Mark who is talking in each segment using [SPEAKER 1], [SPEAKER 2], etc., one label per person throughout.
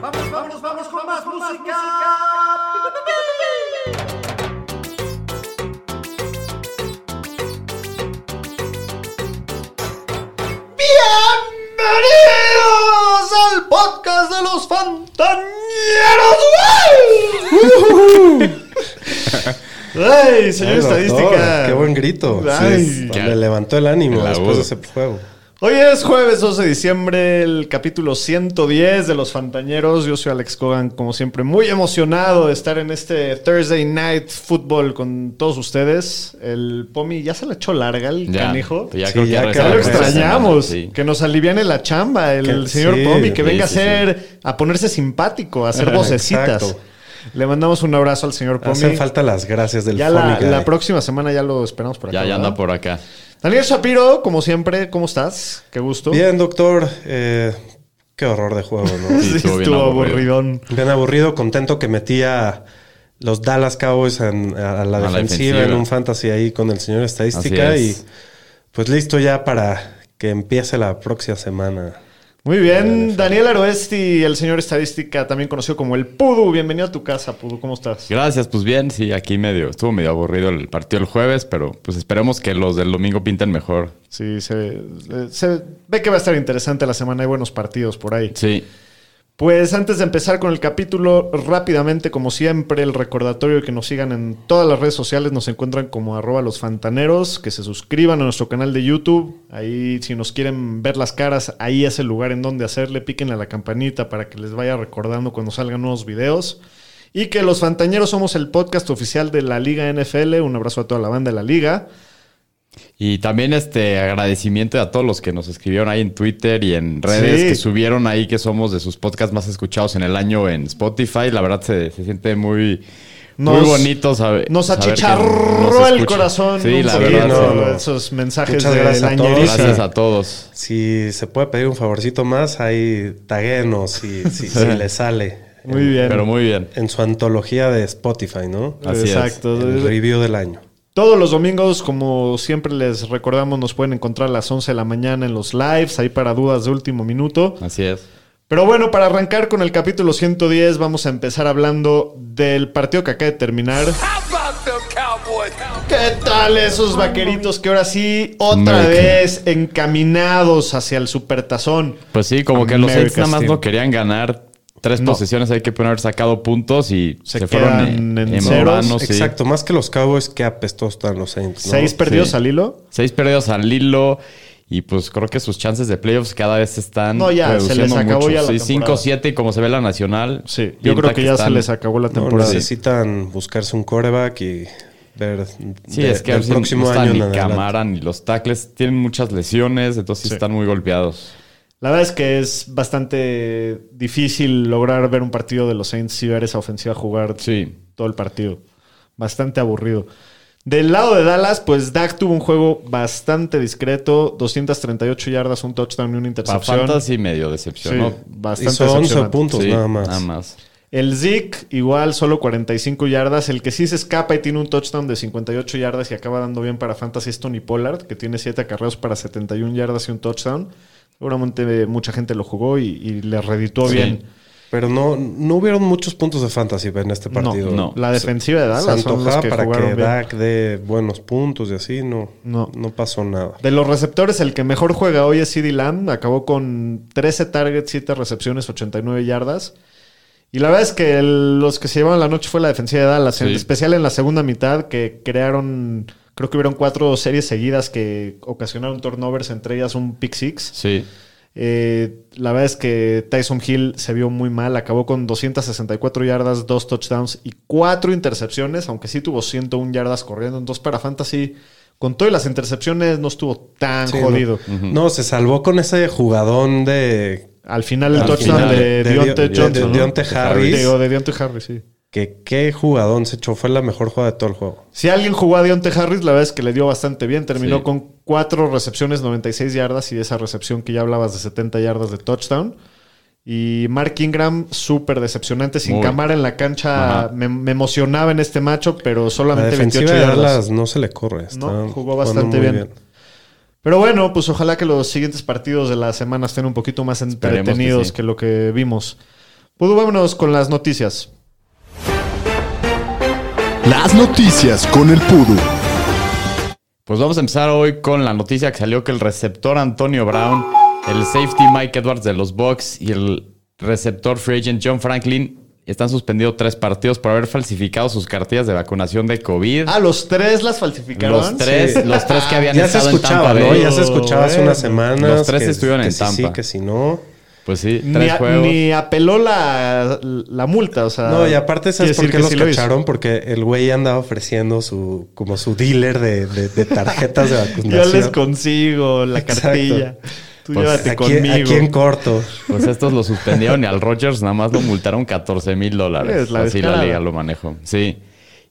[SPEAKER 1] Vamos, vamos, vamos con más música. Bienvenidos al podcast de los fantañeros. güey. Ay, señor
[SPEAKER 2] Ay, doctor,
[SPEAKER 1] estadística.
[SPEAKER 2] Qué buen grito.
[SPEAKER 1] Ay.
[SPEAKER 2] Sí, le levantó el ánimo
[SPEAKER 3] El
[SPEAKER 2] después
[SPEAKER 3] agudo.
[SPEAKER 2] de ese juego.
[SPEAKER 1] Hoy es jueves 12 de diciembre, el capítulo 110 de Los Fantañeros. Yo soy Alex Cogan, como siempre, muy emocionado de estar en este Thursday Night Football con todos ustedes. El Pomi ya se la echó larga el
[SPEAKER 3] Ya,
[SPEAKER 1] canijo.
[SPEAKER 3] ya
[SPEAKER 2] Sí,
[SPEAKER 3] creo que
[SPEAKER 2] ya
[SPEAKER 3] no es
[SPEAKER 1] pues Ya
[SPEAKER 2] creo
[SPEAKER 1] lo
[SPEAKER 3] algo que
[SPEAKER 1] extrañamos.
[SPEAKER 3] se llama, Pues, sí.
[SPEAKER 1] Que nos aliviane la chamba el,
[SPEAKER 2] Que-
[SPEAKER 1] señor
[SPEAKER 2] sí,
[SPEAKER 1] Pomi, que venga
[SPEAKER 3] sí,
[SPEAKER 1] a
[SPEAKER 3] sí,
[SPEAKER 1] ser, a ponerse simpático, a hacer vocecitas.
[SPEAKER 2] Exacto.
[SPEAKER 1] Le mandamos un abrazo al señor Pomi.
[SPEAKER 2] Hacen falta las gracias del
[SPEAKER 1] Ya la,
[SPEAKER 2] Funny Guy.
[SPEAKER 1] la próxima semana ya lo esperamos por acá.
[SPEAKER 3] Ya, ya
[SPEAKER 1] ¿verdad?
[SPEAKER 3] anda por acá.
[SPEAKER 1] Daniel Shapiro, como siempre, ¿cómo estás? Qué gusto.
[SPEAKER 2] Bien, doctor. eh, qué horror de juego, ¿no?
[SPEAKER 1] Sí,
[SPEAKER 3] estuvo
[SPEAKER 1] estuvo,
[SPEAKER 3] bien aburrido.
[SPEAKER 1] aburridón.
[SPEAKER 2] Bien aburrido, contento que metía los Dallas Cowboys en- a, a la
[SPEAKER 3] A la
[SPEAKER 2] defensiva en
[SPEAKER 3] defensiva.
[SPEAKER 2] un fantasy ahí con el señor estadística
[SPEAKER 3] Así
[SPEAKER 2] y
[SPEAKER 3] es.
[SPEAKER 2] pues listo ya para que empiece la próxima semana.
[SPEAKER 1] Muy bien, Daniel Aroesti, el señor estadística, también conocido como el Pudu. Bienvenido a tu casa, Pudu. ¿Cómo estás?
[SPEAKER 3] Gracias, pues bien, sí, aquí medio, estuvo medio aburrido el partido el jueves, pero pues esperemos que los del domingo pinten mejor.
[SPEAKER 1] Sí, se, se ve que va a estar interesante la semana. Hay buenos partidos por ahí.
[SPEAKER 3] Sí,
[SPEAKER 1] Pues antes de empezar con el capítulo, rápidamente, como siempre, el recordatorio de que nos sigan en todas las redes sociales. Nos encuentran como arroba los fantaneros, que se suscriban a nuestro canal de YouTube. Ahí, si nos quieren ver las caras, ahí es el lugar en donde hacerle. Píquenle a la campanita para que les vaya recordando cuando salgan nuevos videos. Y que los fantañeros somos el podcast oficial de la Liga NFL. Un abrazo a toda la banda de la Liga.
[SPEAKER 3] y también este agradecimiento a todos los que nos escribieron ahí en Twitter y en redes
[SPEAKER 1] Sí.
[SPEAKER 3] que subieron ahí que somos de sus podcasts más escuchados en el año en Spotify. La verdad se, se siente muy,
[SPEAKER 1] Nos-
[SPEAKER 3] muy bonito saber.
[SPEAKER 1] Nos
[SPEAKER 3] saber que
[SPEAKER 1] achicharró
[SPEAKER 3] nos
[SPEAKER 1] el
[SPEAKER 3] escuchan.
[SPEAKER 1] corazón.
[SPEAKER 3] Sí,
[SPEAKER 1] un
[SPEAKER 3] la
[SPEAKER 1] poquito
[SPEAKER 3] verdad.
[SPEAKER 2] no,
[SPEAKER 3] sí.
[SPEAKER 2] no.
[SPEAKER 1] Esos mensajes
[SPEAKER 2] Muchas
[SPEAKER 1] de
[SPEAKER 2] gracias a todos.
[SPEAKER 1] lañeriza.
[SPEAKER 3] Gracias a todos.
[SPEAKER 2] Si se puede pedir un favorcito más, ahí taguenos si, si, si le sale.
[SPEAKER 1] Muy bien.
[SPEAKER 3] Pero muy bien.
[SPEAKER 2] En su antología de Spotify, ¿no?
[SPEAKER 3] Así es.
[SPEAKER 1] Exacto.
[SPEAKER 2] El review del año.
[SPEAKER 1] Todos los domingos, como siempre les recordamos, nos pueden encontrar a las 11 de la mañana en los lives, ahí para dudas de último minuto.
[SPEAKER 3] Así es.
[SPEAKER 1] Pero bueno, para arrancar con el capítulo 110, vamos a empezar hablando del partido que acaba de terminar. ¿Qué tal esos vaqueritos que ahora sí, otra
[SPEAKER 3] American.
[SPEAKER 1] vez encaminados hacia el supertazón?
[SPEAKER 3] Pues sí, como que los Saints
[SPEAKER 1] America's
[SPEAKER 3] nada más
[SPEAKER 1] team.
[SPEAKER 3] no querían ganar tres
[SPEAKER 1] No.
[SPEAKER 3] posesiones, hay que poner sacado puntos y
[SPEAKER 1] Se
[SPEAKER 3] se, fueron
[SPEAKER 1] quedan
[SPEAKER 3] en,
[SPEAKER 1] en
[SPEAKER 3] en
[SPEAKER 1] ceros.
[SPEAKER 3] vano, sí.
[SPEAKER 2] Exacto, más que los Cowboys, qué apestosos están los Saints. ¿no?
[SPEAKER 1] Seis perdidos
[SPEAKER 3] sí.
[SPEAKER 1] al hilo.
[SPEAKER 3] Seis perdidos al hilo y pues creo que sus chances de playoffs cada vez se están
[SPEAKER 1] No, ya, se
[SPEAKER 3] reduciendo
[SPEAKER 1] les acabó
[SPEAKER 3] mucho.
[SPEAKER 1] ya la
[SPEAKER 3] Sí,
[SPEAKER 1] temporada.
[SPEAKER 3] 5-7 y como se ve la nacional.
[SPEAKER 1] Sí, yo
[SPEAKER 3] pinta
[SPEAKER 1] creo que ya se
[SPEAKER 3] están-
[SPEAKER 1] les acabó la
[SPEAKER 2] No,
[SPEAKER 1] temporada.
[SPEAKER 2] necesitan buscarse un coreback y ver
[SPEAKER 3] Sí,
[SPEAKER 2] de-
[SPEAKER 3] es que
[SPEAKER 2] del
[SPEAKER 3] ahora sí
[SPEAKER 2] próximo
[SPEAKER 3] no están
[SPEAKER 2] año en
[SPEAKER 3] ni
[SPEAKER 2] adelante.
[SPEAKER 3] Camara ni los tackles tienen muchas lesiones, entonces
[SPEAKER 1] Sí.
[SPEAKER 3] están muy golpeados.
[SPEAKER 1] La verdad es que es bastante difícil lograr ver un partido de los Saints y ver esa ofensiva jugar
[SPEAKER 3] Sí.
[SPEAKER 1] todo el partido. Bastante aburrido. Del lado de Dallas, pues Dak tuvo un juego bastante discreto, 238 yardas, un touchdown y una
[SPEAKER 3] Para
[SPEAKER 1] intercepción.
[SPEAKER 3] Fantasy medio
[SPEAKER 1] Sí,
[SPEAKER 3] decepcionó.
[SPEAKER 1] bastante
[SPEAKER 2] Hizo 11
[SPEAKER 1] decepcionante.
[SPEAKER 2] puntos
[SPEAKER 3] Sí,
[SPEAKER 2] nada más.
[SPEAKER 3] Nada más.
[SPEAKER 1] El Zeke igual solo 45 yardas, el que sí se escapa y tiene un touchdown de 58 yardas y acaba dando bien para Fantasy es Tony Pollard, que tiene 7 acarreos para 71 yardas y un touchdown. Seguramente mucha gente lo jugó y, y le reditó
[SPEAKER 3] Sí.
[SPEAKER 1] bien.
[SPEAKER 2] Pero no, no hubieron muchos puntos de fantasy en este partido.
[SPEAKER 3] no.
[SPEAKER 1] La defensiva de Dallas
[SPEAKER 2] Se
[SPEAKER 1] son los
[SPEAKER 2] antojaba
[SPEAKER 1] que
[SPEAKER 2] para
[SPEAKER 1] jugaron
[SPEAKER 2] que
[SPEAKER 1] bien.
[SPEAKER 2] Dak dé buenos puntos y así, no,
[SPEAKER 1] No.
[SPEAKER 2] no. pasó nada.
[SPEAKER 1] De los receptores, el que mejor juega hoy es CD Lamb. Acabó con 13 targets, 7 recepciones, 89 yardas. Y la verdad es que el- los que se llevaron la noche fue la defensiva de Dallas, en
[SPEAKER 3] Sí.
[SPEAKER 1] especial en la segunda mitad, que crearon, creo que hubieron cuatro series seguidas que ocasionaron turnovers, entre ellas un pick six.
[SPEAKER 3] Sí.
[SPEAKER 1] Eh, la verdad es que Tyson Hill se vio muy mal, acabó con 264 yardas, dos touchdowns y cuatro intercepciones, aunque sí tuvo 101 yardas corriendo. Entonces, para Fantasy, con todas las intercepciones, no estuvo tan
[SPEAKER 2] Sí,
[SPEAKER 1] jodido.
[SPEAKER 2] No. No, se salvó con ese jugadón de
[SPEAKER 1] Al final, el
[SPEAKER 3] Al
[SPEAKER 1] touchdown
[SPEAKER 3] final,
[SPEAKER 1] de,
[SPEAKER 2] de
[SPEAKER 1] Dionte
[SPEAKER 2] Dio-
[SPEAKER 1] Johnson.
[SPEAKER 2] de- de
[SPEAKER 1] ¿no?
[SPEAKER 2] Deontay Harris.
[SPEAKER 1] Digo, de Deontay Harris, sí.
[SPEAKER 2] que qué jugadón se echó. Fue la mejor jugada de todo el juego.
[SPEAKER 1] Si alguien jugó a Deontay Harris, la verdad es que le dio bastante bien. Terminó
[SPEAKER 3] Sí.
[SPEAKER 1] con cuatro recepciones, 96 yardas y esa recepción que ya hablabas de 70 yardas de touchdown. Y Mark Ingram, súper decepcionante, sin
[SPEAKER 3] Muy.
[SPEAKER 1] cámara en la cancha.
[SPEAKER 3] Ajá.
[SPEAKER 1] Me, me emocionaba en este macho, pero
[SPEAKER 2] La
[SPEAKER 1] solamente
[SPEAKER 2] defensiva
[SPEAKER 1] 28
[SPEAKER 2] de
[SPEAKER 1] yardas.
[SPEAKER 2] Dallas no se le corre. Está
[SPEAKER 1] No, jugó
[SPEAKER 2] jugando
[SPEAKER 1] bastante
[SPEAKER 2] muy
[SPEAKER 1] bien. Pero bueno, pues ojalá que los siguientes partidos de la semana estén un poquito más
[SPEAKER 3] Esperemos que
[SPEAKER 1] entretenidos que,
[SPEAKER 3] sí.
[SPEAKER 1] lo que vimos. Pudu, vámonos con las noticias.
[SPEAKER 4] Las noticias con el Pudu.
[SPEAKER 3] Pues vamos a empezar hoy con la noticia que salió que el receptor Antonio Brown, el safety Mike Edwards de los Bucks y el receptor free agent John Franklin están suspendidos tres partidos por haber falsificado sus cartillas de vacunación de COVID.
[SPEAKER 1] Ah, los tres las falsificaron.
[SPEAKER 3] los tres, los tres que habían
[SPEAKER 2] Ya se
[SPEAKER 3] estado
[SPEAKER 2] escuchaba,
[SPEAKER 3] en Tampa
[SPEAKER 2] ¿no?
[SPEAKER 3] Bay.
[SPEAKER 2] Ya se escuchaba hace unas
[SPEAKER 3] Bueno,
[SPEAKER 2] semanas.
[SPEAKER 3] los tres
[SPEAKER 2] que-
[SPEAKER 3] estuvieron
[SPEAKER 2] que
[SPEAKER 3] en
[SPEAKER 2] si
[SPEAKER 3] Tampa.
[SPEAKER 2] Sí, que si no.
[SPEAKER 3] Pues sí,
[SPEAKER 1] Ni,
[SPEAKER 3] tres
[SPEAKER 1] a-
[SPEAKER 3] juegos.
[SPEAKER 1] ni apeló la, la multa, o sea.
[SPEAKER 2] No, y aparte, ¿sabes por
[SPEAKER 1] Ah, quiere decir
[SPEAKER 2] qué los
[SPEAKER 1] que sí lo hizo.
[SPEAKER 2] cacharon? Porque el güey andaba ofreciendo su, como su dealer de, de- de tarjetas de
[SPEAKER 1] Yo
[SPEAKER 2] vacunación.
[SPEAKER 1] les consigo la
[SPEAKER 2] Exacto.
[SPEAKER 1] cartilla. Tú
[SPEAKER 3] Pues,
[SPEAKER 1] llévate
[SPEAKER 2] aquí,
[SPEAKER 1] conmigo.
[SPEAKER 2] aquí en corto.
[SPEAKER 3] Pues estos lo suspendieron y al Rogers nada más lo multaron 14 mil dólares.
[SPEAKER 1] Es la
[SPEAKER 3] Así la
[SPEAKER 1] descarada.
[SPEAKER 3] liga lo manejó. Sí.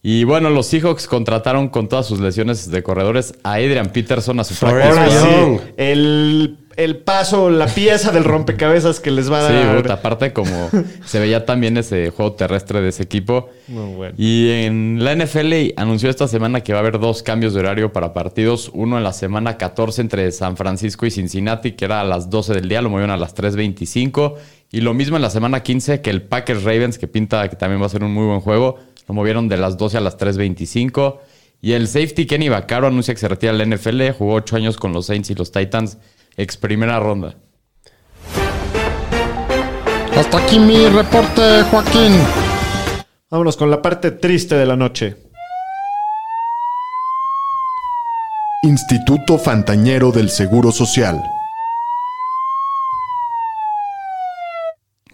[SPEAKER 3] Y bueno, los Seahawks contrataron con todas sus lesiones de corredores a Adrian Peterson a su
[SPEAKER 2] Forever
[SPEAKER 3] práctica.
[SPEAKER 1] Ahora sí,
[SPEAKER 2] Young.
[SPEAKER 1] el, el paso, la pieza del rompecabezas que les va a
[SPEAKER 3] Sí,
[SPEAKER 1] dar.
[SPEAKER 3] puta, aparte como se veía también ese juego terrestre de ese equipo.
[SPEAKER 1] Muy bueno.
[SPEAKER 3] Y en la NFL anunció esta semana que va a haber dos cambios de horario para partidos. Uno en la semana 14 entre San Francisco y Cincinnati, que era a las 12 del día, lo movieron a las 3.25. Y lo mismo en la semana 15 que el Packers Ravens, que pinta que también va a ser un muy buen juego, lo movieron de las 12 a las 3.25. Y el safety Kenny Vaccaro anuncia que se retira de la NFL, jugó 8 años con los Saints y los Titans, ex primera ronda.
[SPEAKER 5] Hasta aquí mi reporte, Joaquín.
[SPEAKER 1] Vámonos con la parte triste de la noche.
[SPEAKER 4] Instituto Fantañero del Seguro Social.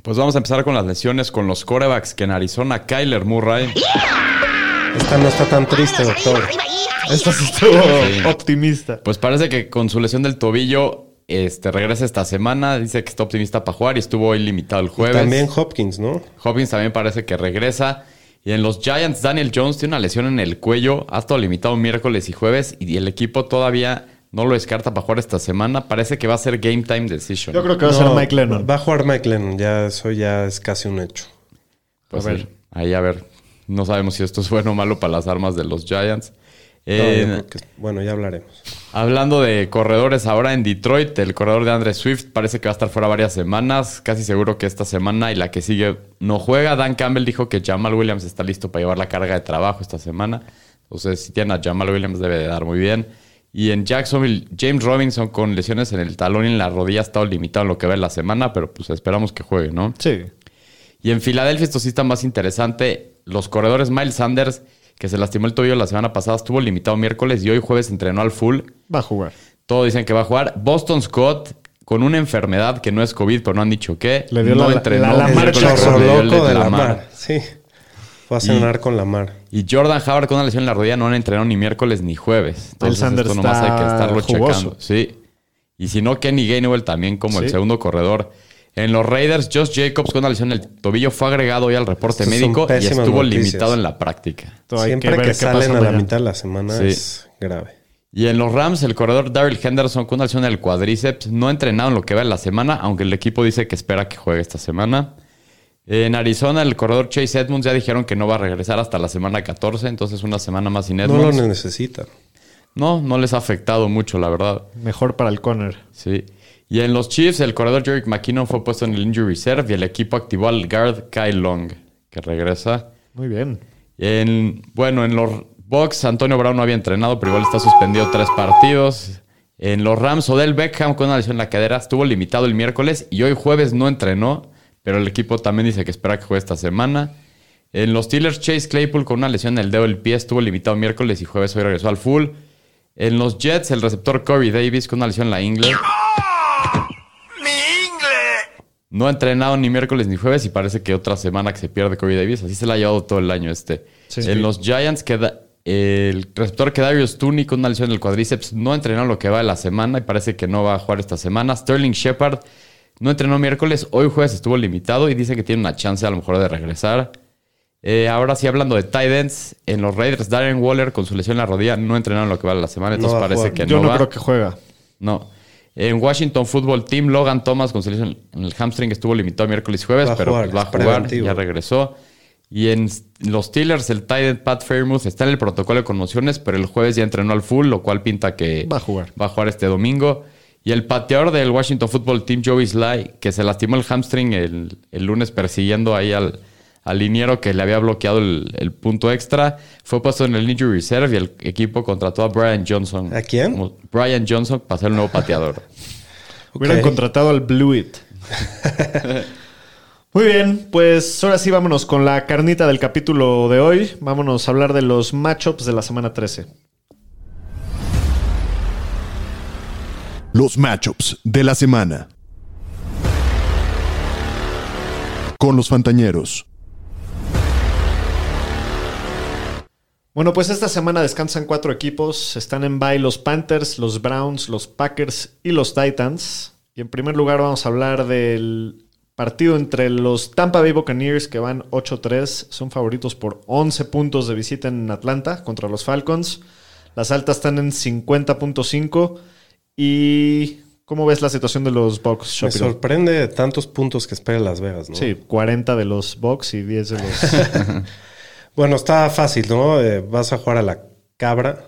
[SPEAKER 3] Pues vamos a empezar con las lesiones con los corebacks que en Arizona Kyler Murray.
[SPEAKER 2] Esta no está tan triste, doctor.
[SPEAKER 1] Esta sí estuvo optimista.
[SPEAKER 3] Pues parece que con su lesión del tobillo este, regresa esta semana. Dice que está optimista para jugar y estuvo hoy limitado el jueves.
[SPEAKER 2] También Hopkins, ¿no?
[SPEAKER 3] Hopkins también parece que regresa. Y en los Giants, Daniel Jones tiene una lesión en el cuello. Ha estado limitado miércoles y jueves. Y el equipo todavía no lo descarta para jugar esta semana. Parece que va a ser game time decision.
[SPEAKER 1] Yo creo que va a ser
[SPEAKER 2] No,
[SPEAKER 1] Mike Lennon.
[SPEAKER 2] Va a jugar Mike Lennon, ya eso ya es casi un hecho.
[SPEAKER 3] Pues
[SPEAKER 1] A
[SPEAKER 3] a
[SPEAKER 1] ver.
[SPEAKER 3] ver. Ahí a ver. No sabemos si esto es bueno o malo para las armas de los Giants.
[SPEAKER 2] No,
[SPEAKER 3] Eh,
[SPEAKER 2] yo creo que- bueno, ya hablaremos.
[SPEAKER 3] Hablando de corredores, ahora en Detroit, el corredor de Andre Swift parece que va a estar fuera varias semanas, casi seguro que esta semana y la que sigue no juega. Dan Campbell dijo que Jamal Williams está listo para llevar la carga de trabajo esta semana. Entonces, si tienen a Jamal Williams debe de dar muy bien. Y en Jacksonville, James Robinson con lesiones en el talón y en la rodilla ha estado limitado en lo que va en la semana, pero pues esperamos que juegue, ¿no?
[SPEAKER 1] Sí.
[SPEAKER 3] Y en Filadelfia, esto sí está más interesante. Los corredores Miles Sanders, que se lastimó el tobillo la semana pasada, estuvo limitado miércoles y hoy jueves entrenó al full.
[SPEAKER 1] Va a jugar.
[SPEAKER 3] Todos dicen que va a jugar. Boston Scott con una enfermedad que no es COVID, pero no han dicho qué.
[SPEAKER 1] Le dio
[SPEAKER 3] no
[SPEAKER 1] la- la- la
[SPEAKER 3] El
[SPEAKER 1] Lamar
[SPEAKER 3] miércoles
[SPEAKER 1] Jackson.
[SPEAKER 2] Chorro
[SPEAKER 3] le dio el
[SPEAKER 2] loco de la
[SPEAKER 3] Lamar.
[SPEAKER 2] mar. Sí. Fue a cenar con la mar.
[SPEAKER 3] Y Jordan Howard con una lesión en la rodilla no han entrenado ni miércoles ni jueves. Entonces
[SPEAKER 1] Sanders
[SPEAKER 3] esto nomás hay que
[SPEAKER 1] está
[SPEAKER 3] estarlo
[SPEAKER 1] jugoso.
[SPEAKER 3] checando. Sí. Y si no, Kenny Gainwell también como
[SPEAKER 1] Sí.
[SPEAKER 3] el segundo corredor. En los Raiders, Josh Jacobs con una lesión en el tobillo fue agregado hoy al reporte
[SPEAKER 2] Estas son
[SPEAKER 3] médico y
[SPEAKER 2] pésimas
[SPEAKER 3] estuvo
[SPEAKER 2] noticias.
[SPEAKER 3] limitado en la práctica.
[SPEAKER 1] Todo hay
[SPEAKER 2] Siempre que,
[SPEAKER 1] ver qué pasa
[SPEAKER 2] salen a la
[SPEAKER 1] mañana.
[SPEAKER 2] mitad de la semana
[SPEAKER 3] Sí.
[SPEAKER 2] es grave.
[SPEAKER 3] Y en los Rams, el corredor Daryl Henderson con una lesión en el cuádriceps no ha entrenado en lo que va de la semana, aunque el equipo dice que espera que juegue esta semana. En Arizona, el corredor Chase Edmonds ya dijeron que no va a regresar hasta la semana 14, entonces una semana más sin
[SPEAKER 2] No lo
[SPEAKER 3] Edmonds. No,
[SPEAKER 2] necesitan.
[SPEAKER 3] no, les ha afectado mucho, la verdad.
[SPEAKER 1] Mejor para el corner.
[SPEAKER 3] Sí. Y en los Chiefs, el corredor Jerick McKinnon fue puesto en el injury reserve y el equipo activó al guard Kyle Long, que regresa.
[SPEAKER 1] Muy bien.
[SPEAKER 3] En- bueno, en los Bucks, Antonio Brown no había entrenado, pero igual está suspendido tres partidos. En los Rams, Odell Beckham con una lesión en la cadera estuvo limitado el miércoles y hoy jueves no entrenó, pero el equipo también dice que espera que juegue esta semana. En los Steelers, Chase Claypool con una lesión en el dedo del pie estuvo limitado miércoles y jueves hoy regresó al full. En los Jets, el receptor Corey Davis con una lesión en la ingle. No ha entrenado ni miércoles ni jueves y parece que otra semana que se pierde Corey Davis. Así se la ha llevado todo el año este.
[SPEAKER 1] Sí.
[SPEAKER 3] en los Giants queda el receptor que Darius Tooney con una lesión en el cuádriceps no ha entrenado lo que va de la semana y parece que no va a jugar esta semana. Sterling Shepard no entrenó miércoles, hoy jueves estuvo limitado y dice que tiene una chance a lo mejor de regresar. Eh, ahora sí, hablando de Titans, en los Raiders, Darren Waller con su lesión en la rodilla no entrenaron lo que vale la semana,
[SPEAKER 2] No
[SPEAKER 3] entonces
[SPEAKER 2] va a
[SPEAKER 3] parece
[SPEAKER 2] jugar.
[SPEAKER 3] que
[SPEAKER 1] Yo
[SPEAKER 3] no,
[SPEAKER 1] no
[SPEAKER 3] va.
[SPEAKER 1] creo que juega.
[SPEAKER 3] No. En Washington Football Team, Logan Thomas con su lesión en el hamstring estuvo limitado miércoles y jueves,
[SPEAKER 2] Va a
[SPEAKER 3] pero
[SPEAKER 2] jugar,
[SPEAKER 3] pues, va a
[SPEAKER 2] es
[SPEAKER 3] jugar,
[SPEAKER 2] preventivo.
[SPEAKER 3] ya regresó. Y en s- los Steelers, el tight end Pat Fairmouth está en el protocolo de conmociones, pero el jueves ya entrenó al full, lo cual pinta que
[SPEAKER 1] Va a jugar.
[SPEAKER 3] va a jugar este domingo. Y el pateador del Washington Football Team, Joey Sly, que se lastimó el hamstring el, el lunes persiguiendo ahí al, al liniero que le había bloqueado el, el punto extra, fue puesto en el injury reserve y el equipo contrató a Brian Johnson.
[SPEAKER 2] ¿A quién?
[SPEAKER 3] Como Brian Johnson para ser el nuevo pateador.
[SPEAKER 1] Hubieran contratado al Blue It. Muy bien, pues ahora sí vámonos con la carnita del capítulo de hoy. Vámonos a hablar de los matchups de la semana 13.
[SPEAKER 4] Los matchups de la semana. Con los Fantañeros.
[SPEAKER 1] Bueno, pues esta semana descansan cuatro equipos. Están en bye los Panthers, los Browns, los Packers y los Titans. Y en primer lugar vamos a hablar del partido entre los Tampa Bay Buccaneers que van 8-3. Son favoritos por 11 puntos de visita en Atlanta contra los Falcons. Las altas están en 50.5. ¿Y cómo ves la situación de los Bucks,
[SPEAKER 2] Me
[SPEAKER 1] Shapiro?
[SPEAKER 2] sorprende tantos puntos que espera Las Vegas, ¿no?
[SPEAKER 1] Sí, 40 de los Bucks y 10 de los...
[SPEAKER 2] Bueno, está fácil, ¿no? Eh, vas a jugar a la cabra,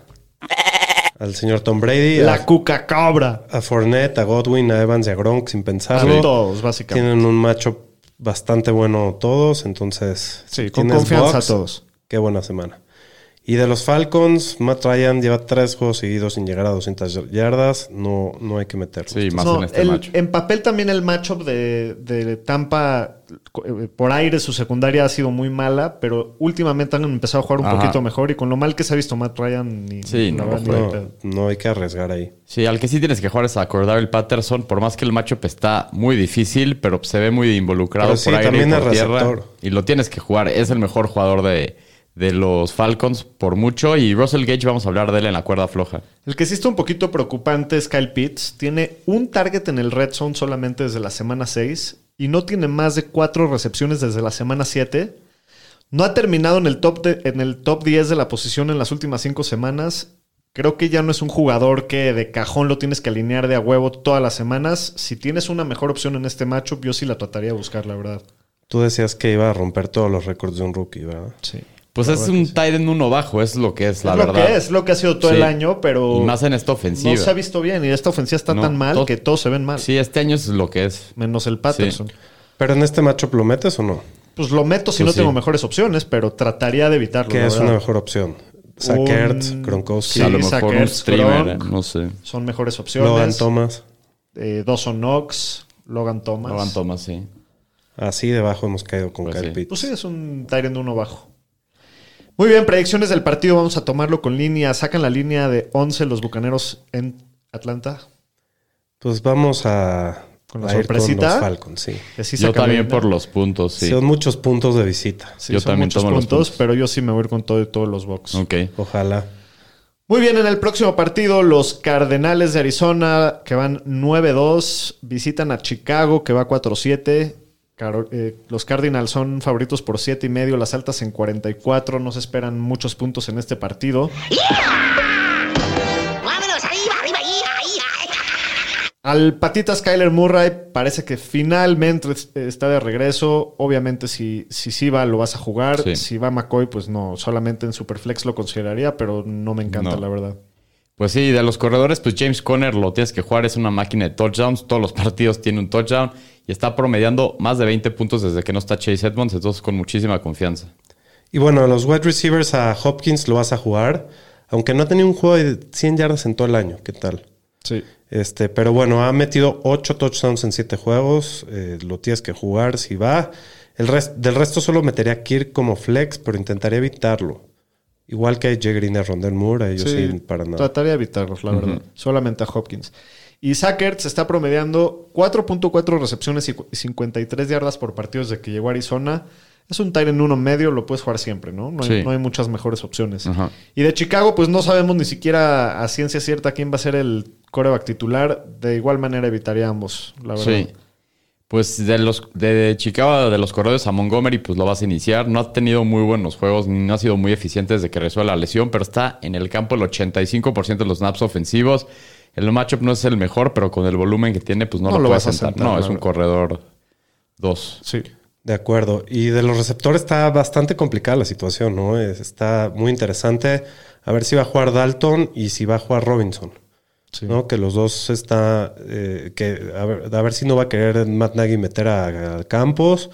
[SPEAKER 2] al señor Tom Brady,
[SPEAKER 1] la
[SPEAKER 2] a,
[SPEAKER 1] cuca cabra.
[SPEAKER 2] a Fournette, a Godwin, a Evans y a Gronk sin pensarlo.
[SPEAKER 1] A todos, básicamente.
[SPEAKER 2] Tienen un macho bastante bueno todos, entonces.
[SPEAKER 1] Sí,
[SPEAKER 2] si
[SPEAKER 1] con
[SPEAKER 2] tienes
[SPEAKER 1] confianza
[SPEAKER 2] Bucks,
[SPEAKER 1] a todos.
[SPEAKER 2] Qué buena semana. Y de los Falcons, Matt Ryan lleva tres juegos seguidos sin llegar a 200 yardas. No, no hay que meterlo.
[SPEAKER 3] Sí, más
[SPEAKER 1] No,
[SPEAKER 3] en este
[SPEAKER 1] el-
[SPEAKER 3] match.
[SPEAKER 1] En papel también el matchup de, de Tampa eh, por aire, su secundaria ha sido muy mala, pero últimamente han empezado a jugar un
[SPEAKER 3] Ajá.
[SPEAKER 1] poquito mejor y con lo mal que se ha visto Matt Ryan ni,
[SPEAKER 3] Sí,
[SPEAKER 1] la
[SPEAKER 3] no,
[SPEAKER 1] verdad, ni de
[SPEAKER 2] No,
[SPEAKER 1] pedo.
[SPEAKER 2] no hay que arriesgar ahí.
[SPEAKER 3] Sí, al que sí tienes que jugar es a acordar el Patterson, por más que el matchup está muy difícil, pero se ve muy involucrado
[SPEAKER 2] Pero sí,
[SPEAKER 3] por aire
[SPEAKER 2] también
[SPEAKER 3] y por
[SPEAKER 2] es
[SPEAKER 3] tierra.
[SPEAKER 2] receptor.
[SPEAKER 3] Y lo tienes que jugar. Es el mejor jugador de, de los Falcons por mucho. Y Russell Gage, vamos a hablar de él en la cuerda floja.
[SPEAKER 1] El que sí está un poquito preocupante es Kyle Pitts. Tiene un target en el red zone solamente desde la semana 6 y no tiene más de cuatro recepciones desde la semana 7. No ha terminado en el, top de- en el top 10 de la posición en las últimas cinco semanas. Creo que ya no es un jugador que de cajón lo tienes que alinear de a huevo todas las semanas. Si tienes una mejor opción en este matchup, yo sí la trataría de buscar, la verdad.
[SPEAKER 2] Tú decías que iba a romper todos los récords de un rookie, ¿verdad?
[SPEAKER 1] Sí.
[SPEAKER 3] Pues es un tight end uno bajo, es lo que es, la
[SPEAKER 1] es
[SPEAKER 3] verdad.
[SPEAKER 1] lo que es, lo que ha sido todo
[SPEAKER 3] Sí.
[SPEAKER 1] el año, pero
[SPEAKER 3] Y más en esta ofensiva.
[SPEAKER 1] no se ha visto bien y esta ofensiva está
[SPEAKER 3] No,
[SPEAKER 1] tan mal
[SPEAKER 3] todo-
[SPEAKER 1] que todos se ven mal.
[SPEAKER 3] Sí, este año es lo que es.
[SPEAKER 1] Menos el Patterson.
[SPEAKER 2] Pero en este matchup lo metes o no?
[SPEAKER 1] Pues lo meto si
[SPEAKER 3] Pues
[SPEAKER 1] no
[SPEAKER 3] sí.
[SPEAKER 1] tengo mejores opciones, pero trataría de evitarlo.
[SPEAKER 2] Que
[SPEAKER 1] la
[SPEAKER 2] es
[SPEAKER 1] verdad.
[SPEAKER 2] una mejor opción.
[SPEAKER 1] Un-
[SPEAKER 2] Sackert, Gronkowski,
[SPEAKER 1] Sí,
[SPEAKER 3] a lo mejor
[SPEAKER 1] Zach
[SPEAKER 3] un
[SPEAKER 1] Ertz,
[SPEAKER 3] streamer, eh,
[SPEAKER 1] Gronk.
[SPEAKER 3] no sé.
[SPEAKER 1] Son mejores opciones.
[SPEAKER 2] Logan Thomas.
[SPEAKER 1] Eh, Dawson Knox, Logan Thomas.
[SPEAKER 3] Logan Thomas, sí.
[SPEAKER 2] Así debajo hemos caído con
[SPEAKER 3] Pues
[SPEAKER 2] Kyle
[SPEAKER 3] sí.
[SPEAKER 2] Pitts.
[SPEAKER 1] Pues sí, es un Tyrant uno bajo. Muy bien, predicciones del partido. Vamos a tomarlo con línea. Sacan la línea de 11 los bucaneros en Atlanta.
[SPEAKER 2] Pues vamos a,
[SPEAKER 1] Con la
[SPEAKER 2] a ir
[SPEAKER 1] sorpresita.
[SPEAKER 2] los Falcons, sí.
[SPEAKER 1] Que sí
[SPEAKER 3] Yo
[SPEAKER 1] sacan la
[SPEAKER 3] también
[SPEAKER 1] línea.
[SPEAKER 3] por los puntos, sí.
[SPEAKER 2] Son muchos puntos de visita.
[SPEAKER 1] Sí,
[SPEAKER 3] Yo
[SPEAKER 1] son
[SPEAKER 3] también
[SPEAKER 1] muchos
[SPEAKER 3] tomo los
[SPEAKER 1] puntos,
[SPEAKER 3] puntos.
[SPEAKER 1] pero yo sí me voy a ir con todo y todos los box.
[SPEAKER 3] Ok.
[SPEAKER 2] Ojalá.
[SPEAKER 1] Muy bien, en el próximo partido, los Cardenales de Arizona, que van 9-2, visitan a Chicago, que va 4-7. Caro- eh, los Cardinals son favoritos por 7 y medio, las altas en 44. No se esperan muchos puntos en este partido.
[SPEAKER 6] Vámonos, arriba, arriba, ahí, ahí, ahí.
[SPEAKER 1] Al patitas Kyler Murray parece que finalmente es- está de regreso. Obviamente, si, si sí va, lo vas a jugar.
[SPEAKER 3] Sí.
[SPEAKER 1] Si va McCoy, pues no, solamente en Superflex lo consideraría, pero no me encanta,
[SPEAKER 3] No.
[SPEAKER 1] la verdad.
[SPEAKER 3] Pues sí, de los corredores, pues James Conner lo tienes que jugar, es una máquina de touchdowns, todos los partidos tiene un touchdown y está promediando más de 20 puntos desde que no está Chase Edmonds, entonces con muchísima confianza.
[SPEAKER 2] Y bueno, a los wide receivers a Hopkins lo vas a jugar. Aunque no ha tenido un juego de 100 yardas en todo el año. ¿Qué tal?
[SPEAKER 1] Sí.
[SPEAKER 2] Este, pero bueno, ha metido 8 touchdowns en 7 juegos. eh, lo tienes que jugar si va. El rest- del resto solo metería a Kirk como flex, pero intentaría evitarlo. Igual que a J. Green y a Rondell Moore, a ellos sí, para nada.
[SPEAKER 1] Trataría de evitarlos, la verdad. Solamente a Hopkins. Y Sackert se está promediando 4.4 recepciones y cu- y 53 yardas por partido desde que llegó a Arizona. Es un tight en uno medio, lo puedes jugar siempre, ¿no? No hay,
[SPEAKER 3] Sí.
[SPEAKER 1] no hay muchas mejores opciones.
[SPEAKER 3] Ajá.
[SPEAKER 1] Y de Chicago, pues no sabemos ni siquiera a ciencia cierta quién va a ser el coreback titular. De igual manera evitaría ambos, la verdad.
[SPEAKER 3] Sí. Pues de los de Chicago, de los corredores a Montgomery, pues lo vas a iniciar. No ha tenido muy buenos juegos, ni no ha sido muy eficiente desde que resuelve la lesión, pero está en el campo el 85% de los snaps ofensivos. El matchup no es el mejor, pero con el volumen que tiene, pues no, lo, puedes sentar.
[SPEAKER 1] sentar,
[SPEAKER 3] No,
[SPEAKER 1] la
[SPEAKER 3] es un
[SPEAKER 1] verdad.
[SPEAKER 3] corredor 2.
[SPEAKER 1] Sí.
[SPEAKER 2] De acuerdo. Y de los receptores está bastante complicada la situación, ¿no? Es- Está muy interesante. A ver si va a jugar Dalton y si va a jugar Robinson.
[SPEAKER 1] Sí.
[SPEAKER 2] ¿no? Que los dos está. eh, que a ver, a ver si no va a querer Matt Nagy meter a, a Campos.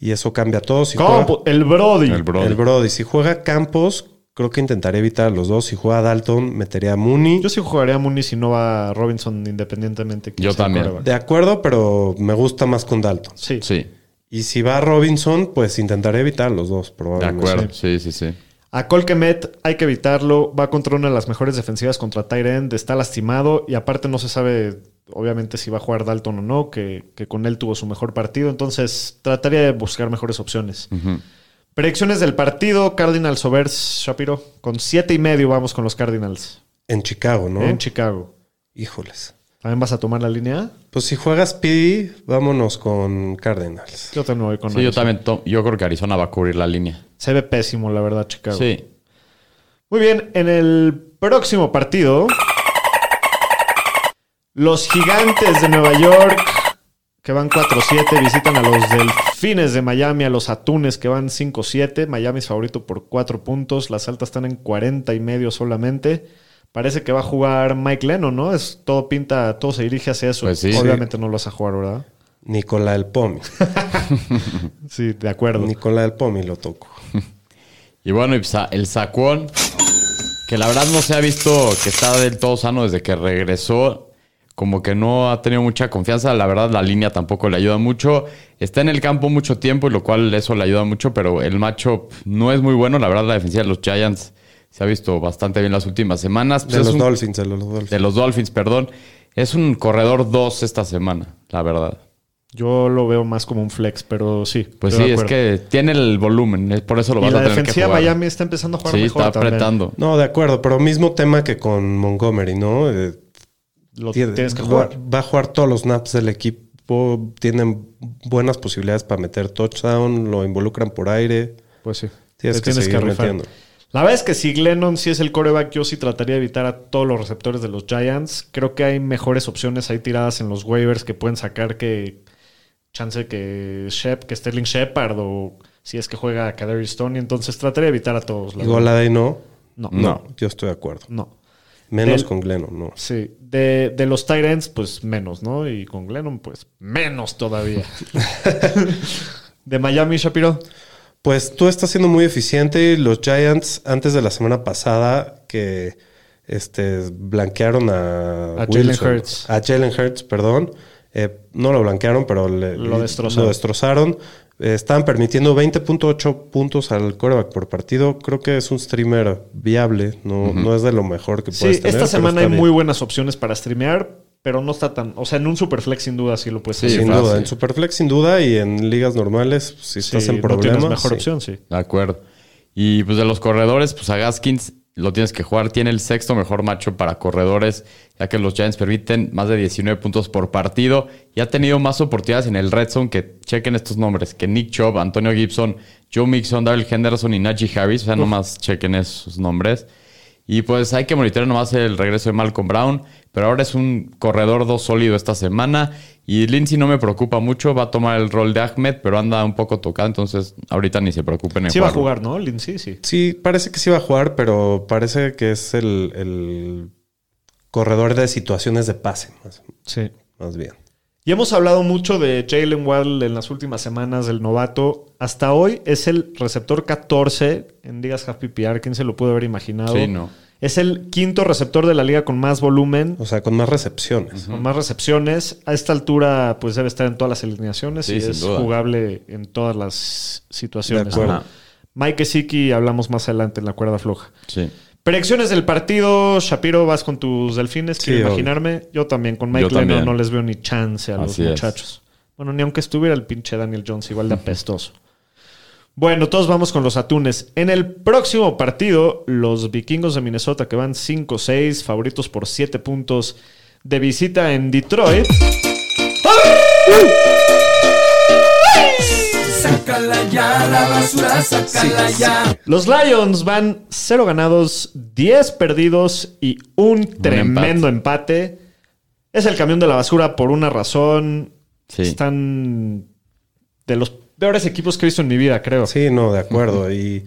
[SPEAKER 2] Y eso cambia todo. Si
[SPEAKER 1] ¿Cómo? Pues,
[SPEAKER 2] juega-
[SPEAKER 1] El Brody.
[SPEAKER 3] El Brody.
[SPEAKER 2] el Brody. Si juega Campos, creo que intentaré evitar a los dos. Si juega Dalton, metería a Mooney.
[SPEAKER 1] Yo sí jugaría a Mooney si no va Robinson independientemente. quién
[SPEAKER 3] Yo
[SPEAKER 1] sea el
[SPEAKER 3] también.
[SPEAKER 1] quarterback.
[SPEAKER 2] De acuerdo, pero me gusta más con Dalton.
[SPEAKER 1] Sí.
[SPEAKER 3] Sí,
[SPEAKER 2] Y si va Robinson, pues intentaré evitar a los dos,
[SPEAKER 3] de
[SPEAKER 2] probablemente.
[SPEAKER 3] acuerdo. Sí, sí, sí.
[SPEAKER 1] A Colquemet hay que evitarlo. Va contra una de las mejores defensivas contra Tyrend. Está lastimado y aparte no se sabe, obviamente, si va a jugar Dalton o no, que, que con él tuvo su mejor partido. Entonces trataría de buscar mejores opciones.
[SPEAKER 3] Ujú.
[SPEAKER 1] Predicciones del partido: Cardinals over Shapiro. Con siete y medio vamos con los Cardinals
[SPEAKER 2] En Chicago, ¿no?
[SPEAKER 1] en Chicago.
[SPEAKER 2] Híjoles.
[SPEAKER 1] ¿También vas a tomar la línea? A?
[SPEAKER 2] Pues si juegas Speedy, vámonos con Cardinals.
[SPEAKER 1] Yo también me voy con
[SPEAKER 3] Sí, yo
[SPEAKER 1] Arizona.
[SPEAKER 3] también. to- Yo creo que Arizona va a cubrir la línea.
[SPEAKER 1] Se ve pésimo, la verdad, Chicago.
[SPEAKER 3] Sí.
[SPEAKER 1] Muy bien, en el próximo partido, los gigantes de Nueva York, que van 4-7, visitan a los delfines de Miami, a los atunes, que van 5-7. Miami es favorito por 4 puntos, las altas están en 40 y medio solamente. Parece que va a jugar Mike Lennon, ¿no? Es, todo pinta, todo se dirige hacia eso.
[SPEAKER 3] Pues sí.
[SPEAKER 1] Obviamente no lo vas a jugar, ¿verdad?
[SPEAKER 2] Nicolás El Pomi.
[SPEAKER 1] Sí, de acuerdo.
[SPEAKER 2] Nicolás El Pomi lo toco.
[SPEAKER 3] Y bueno, y sa- el Sacuón, que la verdad no se ha visto que está del todo sano desde que regresó, como que no ha tenido mucha confianza, la verdad la línea tampoco le ayuda mucho, está en el campo mucho tiempo y lo cual eso le ayuda mucho, pero el matchup no es muy bueno, la verdad la defensiva de los Giants se ha visto bastante bien las últimas semanas. Pues
[SPEAKER 2] De
[SPEAKER 3] es
[SPEAKER 2] los
[SPEAKER 3] un-
[SPEAKER 2] Dolphins, de los Dolphins.
[SPEAKER 3] de los Dolphins, perdón. Es un corredor 2 esta semana, la verdad.
[SPEAKER 1] Yo lo veo más como un flex, pero sí.
[SPEAKER 3] Pues
[SPEAKER 1] estoy
[SPEAKER 3] sí,
[SPEAKER 1] de
[SPEAKER 3] es
[SPEAKER 1] acuerdo.
[SPEAKER 3] que tiene el volumen, es por eso lo
[SPEAKER 1] Y
[SPEAKER 3] vas
[SPEAKER 1] la
[SPEAKER 3] a tener que
[SPEAKER 1] defensiva de
[SPEAKER 3] jugar.
[SPEAKER 1] Miami está empezando a jugar
[SPEAKER 3] sí,
[SPEAKER 1] mejor
[SPEAKER 3] está
[SPEAKER 1] también.
[SPEAKER 3] apretando.
[SPEAKER 2] No, de acuerdo, pero mismo tema que con Montgomery, ¿no? Eh,
[SPEAKER 1] Lo
[SPEAKER 2] tiene-
[SPEAKER 1] tienes que
[SPEAKER 2] va-
[SPEAKER 1] jugar.
[SPEAKER 2] Va a jugar todos los naps del equipo. Tienen buenas posibilidades para meter touchdown, lo involucran por aire.
[SPEAKER 1] Pues sí.
[SPEAKER 2] Tienes
[SPEAKER 1] Te
[SPEAKER 2] que seguir metiendo.
[SPEAKER 1] La verdad es que si Glennon sí es el coreback, yo sí trataría de evitar a todos los receptores de los Giants. Creo que hay mejores opciones ahí tiradas en los waivers que pueden sacar que chance que Shep, que Sterling Shepard o si es que juega a Kaderi Stone. Entonces trataría de evitar a todos. la
[SPEAKER 2] Y Goladay no.
[SPEAKER 1] No.
[SPEAKER 2] yo estoy de acuerdo.
[SPEAKER 1] verdad. No.
[SPEAKER 2] Menos
[SPEAKER 1] Del-
[SPEAKER 2] con Glennon, no.
[SPEAKER 1] Sí. De, de los Tyrants, pues menos, ¿no? Y con Glennon, pues menos todavía. de Miami, Shapiro.
[SPEAKER 2] Pues tú estás siendo muy eficiente. Los Giants, antes de la semana pasada, que este, blanquearon a,
[SPEAKER 1] A Jalen
[SPEAKER 2] Wilson.
[SPEAKER 1] Hurts.
[SPEAKER 2] A Jalen Hurts, perdón. Eh, no lo blanquearon, pero le-
[SPEAKER 1] Lo destrozaron.
[SPEAKER 2] lo destrozaron. Eh, estaban permitiendo 20.8 puntos al coreback por partido. Creo que es un streamer viable. No, no es de lo mejor que puedes
[SPEAKER 1] Sí,
[SPEAKER 2] tener,
[SPEAKER 1] esta
[SPEAKER 2] pero
[SPEAKER 1] semana
[SPEAKER 2] está
[SPEAKER 1] hay
[SPEAKER 2] bien.
[SPEAKER 1] muy buenas opciones para streamear, pero no está tan. O sea, en un Superflex sin duda sí lo puedes hacer.
[SPEAKER 3] Sí,
[SPEAKER 2] Sin
[SPEAKER 3] fácil.
[SPEAKER 2] duda. En Superflex, sin duda. Y en ligas normales, si
[SPEAKER 1] Sí,
[SPEAKER 2] estás en
[SPEAKER 1] no
[SPEAKER 2] problemas...
[SPEAKER 1] tienes mejor
[SPEAKER 2] sí.
[SPEAKER 1] opción, sí.
[SPEAKER 3] De acuerdo. Y pues de los corredores, pues a Gaskins lo tienes que jugar. Tiene el sexto mejor macho para corredores, ya que los Giants permiten más de 19 puntos por partido. Y ha tenido más oportunidades en el Red Zone que chequen estos nombres: que Nick Chubb, Antonio Gibson, Joe Mixon, Daryl Henderson y Najee Harris. O sea, nomás chequen esos nombres. Y pues hay que monitorear nomás el regreso de Malcolm Brown, pero ahora es un corredor 2 sólido esta semana. Y Lindsay no me preocupa mucho, va a tomar el rol de Ahmed, pero anda un poco tocado, entonces ahorita ni se preocupen en
[SPEAKER 1] Sí va a
[SPEAKER 3] jugarlo.
[SPEAKER 1] jugar, ¿no? Lindsay, sí.
[SPEAKER 2] Sí, parece que sí va a jugar, pero parece que es el, el corredor de situaciones de pase, más,
[SPEAKER 1] Sí.
[SPEAKER 2] más bien.
[SPEAKER 1] Y hemos hablado mucho de Jalen Waddle en las últimas semanas, del novato. Hasta hoy es el receptor 14 en Ligas Half PPR. ¿Quién se lo pudo haber imaginado?
[SPEAKER 3] Sí, no.
[SPEAKER 1] Es el quinto receptor de la liga con más volumen.
[SPEAKER 2] O sea, con más recepciones.
[SPEAKER 1] con más recepciones. A esta altura, pues debe estar en todas las alineaciones
[SPEAKER 3] Sí,
[SPEAKER 1] y
[SPEAKER 3] sin
[SPEAKER 1] es
[SPEAKER 3] duda.
[SPEAKER 1] jugable en todas las situaciones.
[SPEAKER 2] De acuerdo.
[SPEAKER 1] ¿no? Mike Siki, hablamos más adelante en la cuerda floja.
[SPEAKER 3] Sí.
[SPEAKER 1] Predicciones del partido. Shapiro, vas con tus delfines, quiero
[SPEAKER 2] Sí, obvio.
[SPEAKER 1] imaginarme. Yo también, con
[SPEAKER 3] Yo
[SPEAKER 1] Mike Lennon
[SPEAKER 3] también.
[SPEAKER 1] no les veo ni chance a los
[SPEAKER 3] Así es.
[SPEAKER 1] muchachos. Bueno, ni aunque estuviera el pinche Daniel Jones igual de apestoso. Bueno, todos vamos con los atunes. En el próximo partido, los vikingos de Minnesota que van 5-6, favoritos por 7 puntos de visita en Detroit.
[SPEAKER 7] sácala ya, la basura, sácala ya.
[SPEAKER 1] Los Lions van 0 ganados, 10 perdidos y un tremendo empate. Es el camión de la basura por una razón.
[SPEAKER 3] Sí.
[SPEAKER 1] Están de los peores equipos que he visto en mi vida, creo.
[SPEAKER 2] Sí, no, de acuerdo. Y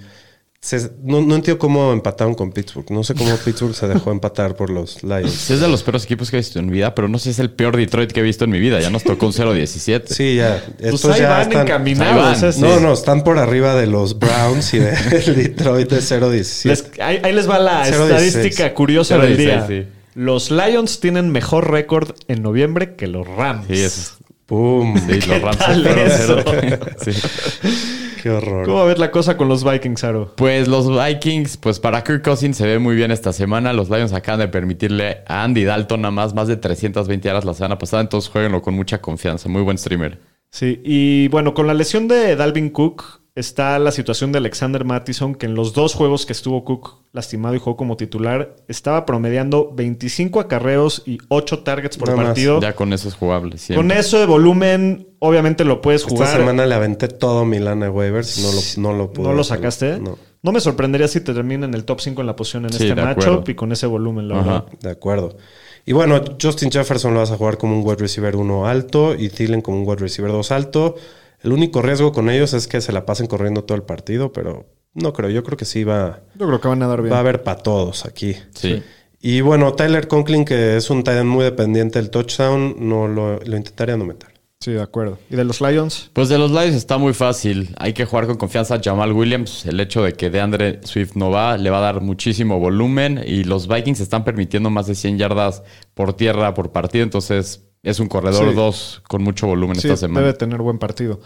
[SPEAKER 2] se- no, no entiendo cómo empataron con Pittsburgh. No sé cómo Pittsburgh se dejó empatar por los Lions.
[SPEAKER 3] Sí, es de los peores equipos que he visto en mi vida, pero no sé si es el peor Detroit que he visto en mi vida. Ya nos tocó un 0-17.
[SPEAKER 2] Sí, ya.
[SPEAKER 1] Pues
[SPEAKER 2] Estos
[SPEAKER 1] ahí
[SPEAKER 2] ya
[SPEAKER 1] van
[SPEAKER 2] están-
[SPEAKER 1] encaminados.
[SPEAKER 3] ahí van.
[SPEAKER 1] es-
[SPEAKER 2] No, no, están por arriba de los Browns y de el Detroit de 0-17.
[SPEAKER 1] Les- ahí, ahí les va la
[SPEAKER 2] 0-16.
[SPEAKER 1] estadística curiosa del
[SPEAKER 3] 0-16,
[SPEAKER 1] día.
[SPEAKER 3] sí.
[SPEAKER 1] Los Lions tienen mejor récord en noviembre que los Rams.
[SPEAKER 3] Sí, es-
[SPEAKER 2] ¡Pum!
[SPEAKER 3] sí, los Rams
[SPEAKER 1] tal
[SPEAKER 3] fueron
[SPEAKER 1] eso?
[SPEAKER 3] 0-0. Sí.
[SPEAKER 2] ¡Qué horror!
[SPEAKER 1] ¿Cómo va a ver la cosa con los Vikings, Aro?
[SPEAKER 3] Pues los Vikings, pues para Kirk Cousins se ve muy bien esta semana. Los Lions acaban de permitirle a Andy Dalton nada más más de 320 horas la semana pasada, entonces jueguenlo con mucha confianza. Muy buen streamer.
[SPEAKER 1] Sí, y bueno, con la lesión de Dalvin Cook está la situación de Alexander Mattison, que en los dos juegos que estuvo Cook lastimado y jugó como titular, estaba promediando 25 acarreos y 8 targets por
[SPEAKER 2] Nada más,
[SPEAKER 1] partido.
[SPEAKER 3] Ya con esos jugables. siempre.
[SPEAKER 1] Con eso de volumen, obviamente lo puedes
[SPEAKER 2] Esta
[SPEAKER 1] jugar.
[SPEAKER 2] semana le aventé todo Milana Waivers. No lo, no lo pude
[SPEAKER 1] ¿No lo
[SPEAKER 2] hacer.
[SPEAKER 1] sacaste? No.
[SPEAKER 2] No,
[SPEAKER 1] me sorprendería si te termina en el top 5 en la posición en
[SPEAKER 3] Sí, de
[SPEAKER 1] este matchup
[SPEAKER 3] acuerdo.
[SPEAKER 1] y con ese volumen, la
[SPEAKER 3] Ajá.
[SPEAKER 1] verdad.
[SPEAKER 2] de acuerdo. Y bueno, Justin Jefferson lo vas a jugar como un wide receiver 1 alto y Thielen como un wide receiver 2 alto. El único riesgo con ellos es que se la pasen corriendo todo el partido, pero no creo. Yo creo que sí va,
[SPEAKER 1] Yo creo que van a dar bien.
[SPEAKER 2] va a haber para todos aquí.
[SPEAKER 3] Sí.
[SPEAKER 2] Y bueno, Tyler Conklin, que es un tight end muy dependiente del touchdown, no lo, lo intentaría no meter.
[SPEAKER 1] Sí, de acuerdo. ¿Y de los Lions?
[SPEAKER 3] Pues de los Lions está muy fácil. Hay que jugar con confianza a Jamal Williams. El hecho de que DeAndre Swift no va le va a dar muchísimo volumen y los Vikings están permitiendo más de 100 yardas por tierra por partido, entonces es un corredor
[SPEAKER 1] Sí.
[SPEAKER 3] 2 con mucho volumen
[SPEAKER 1] Sí,
[SPEAKER 3] esta semana.
[SPEAKER 1] debe tener buen partido.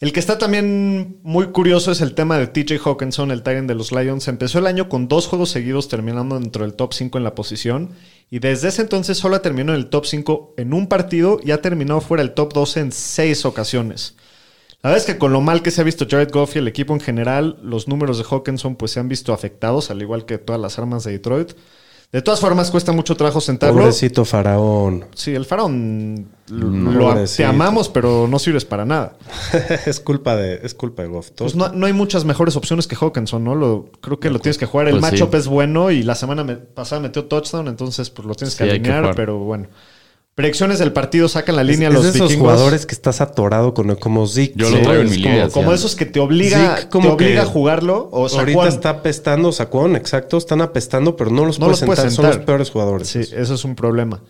[SPEAKER 1] El que está también muy curioso es el tema de TJ Hawkinson, el Tyrant de los Lions. Empezó el año con dos juegos seguidos terminando dentro del top 5 en la posición. Y desde ese entonces solo terminó en el top 5 en un partido y ha terminado fuera del top 12 en seis ocasiones. La verdad es que con lo mal que se ha visto Jared Goff y el equipo en general, los números de Hawkinson pues se han visto afectados, al igual que todas las armas de Detroit. De todas formas, cuesta mucho trabajo sentarlo.
[SPEAKER 2] Pobrecito faraón.
[SPEAKER 1] Sí, el faraón lo- lo, te
[SPEAKER 2] Pobrecito.
[SPEAKER 1] amamos, pero no sirves para nada.
[SPEAKER 2] es culpa de, es culpa de Goff. Todo-
[SPEAKER 1] Pues no, no hay muchas mejores opciones que Hawkinson, ¿no? Lo, creo que lo tienes que jugar. El
[SPEAKER 3] Pues sí.
[SPEAKER 1] matchup es bueno y la semana me- pasada metió touchdown, entonces pues lo tienes
[SPEAKER 3] Sí,
[SPEAKER 1] que
[SPEAKER 3] hay que
[SPEAKER 1] alinear,
[SPEAKER 3] jugar.
[SPEAKER 1] pero bueno. Predicciones del partido sacan la
[SPEAKER 2] Es-
[SPEAKER 1] línea
[SPEAKER 2] es
[SPEAKER 1] los
[SPEAKER 2] de esos
[SPEAKER 1] vikingos.
[SPEAKER 2] jugadores que estás atorado con como Zeke.
[SPEAKER 3] Yo lo
[SPEAKER 2] ¿no?
[SPEAKER 3] traigo en
[SPEAKER 2] Es
[SPEAKER 3] mi
[SPEAKER 2] como-
[SPEAKER 3] liga.
[SPEAKER 1] Como
[SPEAKER 3] Sí.
[SPEAKER 1] esos que te obliga,
[SPEAKER 2] Zeke como
[SPEAKER 1] te obliga
[SPEAKER 2] que
[SPEAKER 1] a jugarlo. O sea,
[SPEAKER 2] ahorita
[SPEAKER 1] Juan-
[SPEAKER 2] está apestando Sacón, exacto. Están apestando, pero no los
[SPEAKER 1] No
[SPEAKER 2] puedes
[SPEAKER 1] los puedes
[SPEAKER 2] sentar. Son
[SPEAKER 1] sentar.
[SPEAKER 2] los peores jugadores.
[SPEAKER 1] Sí, eso es un problema.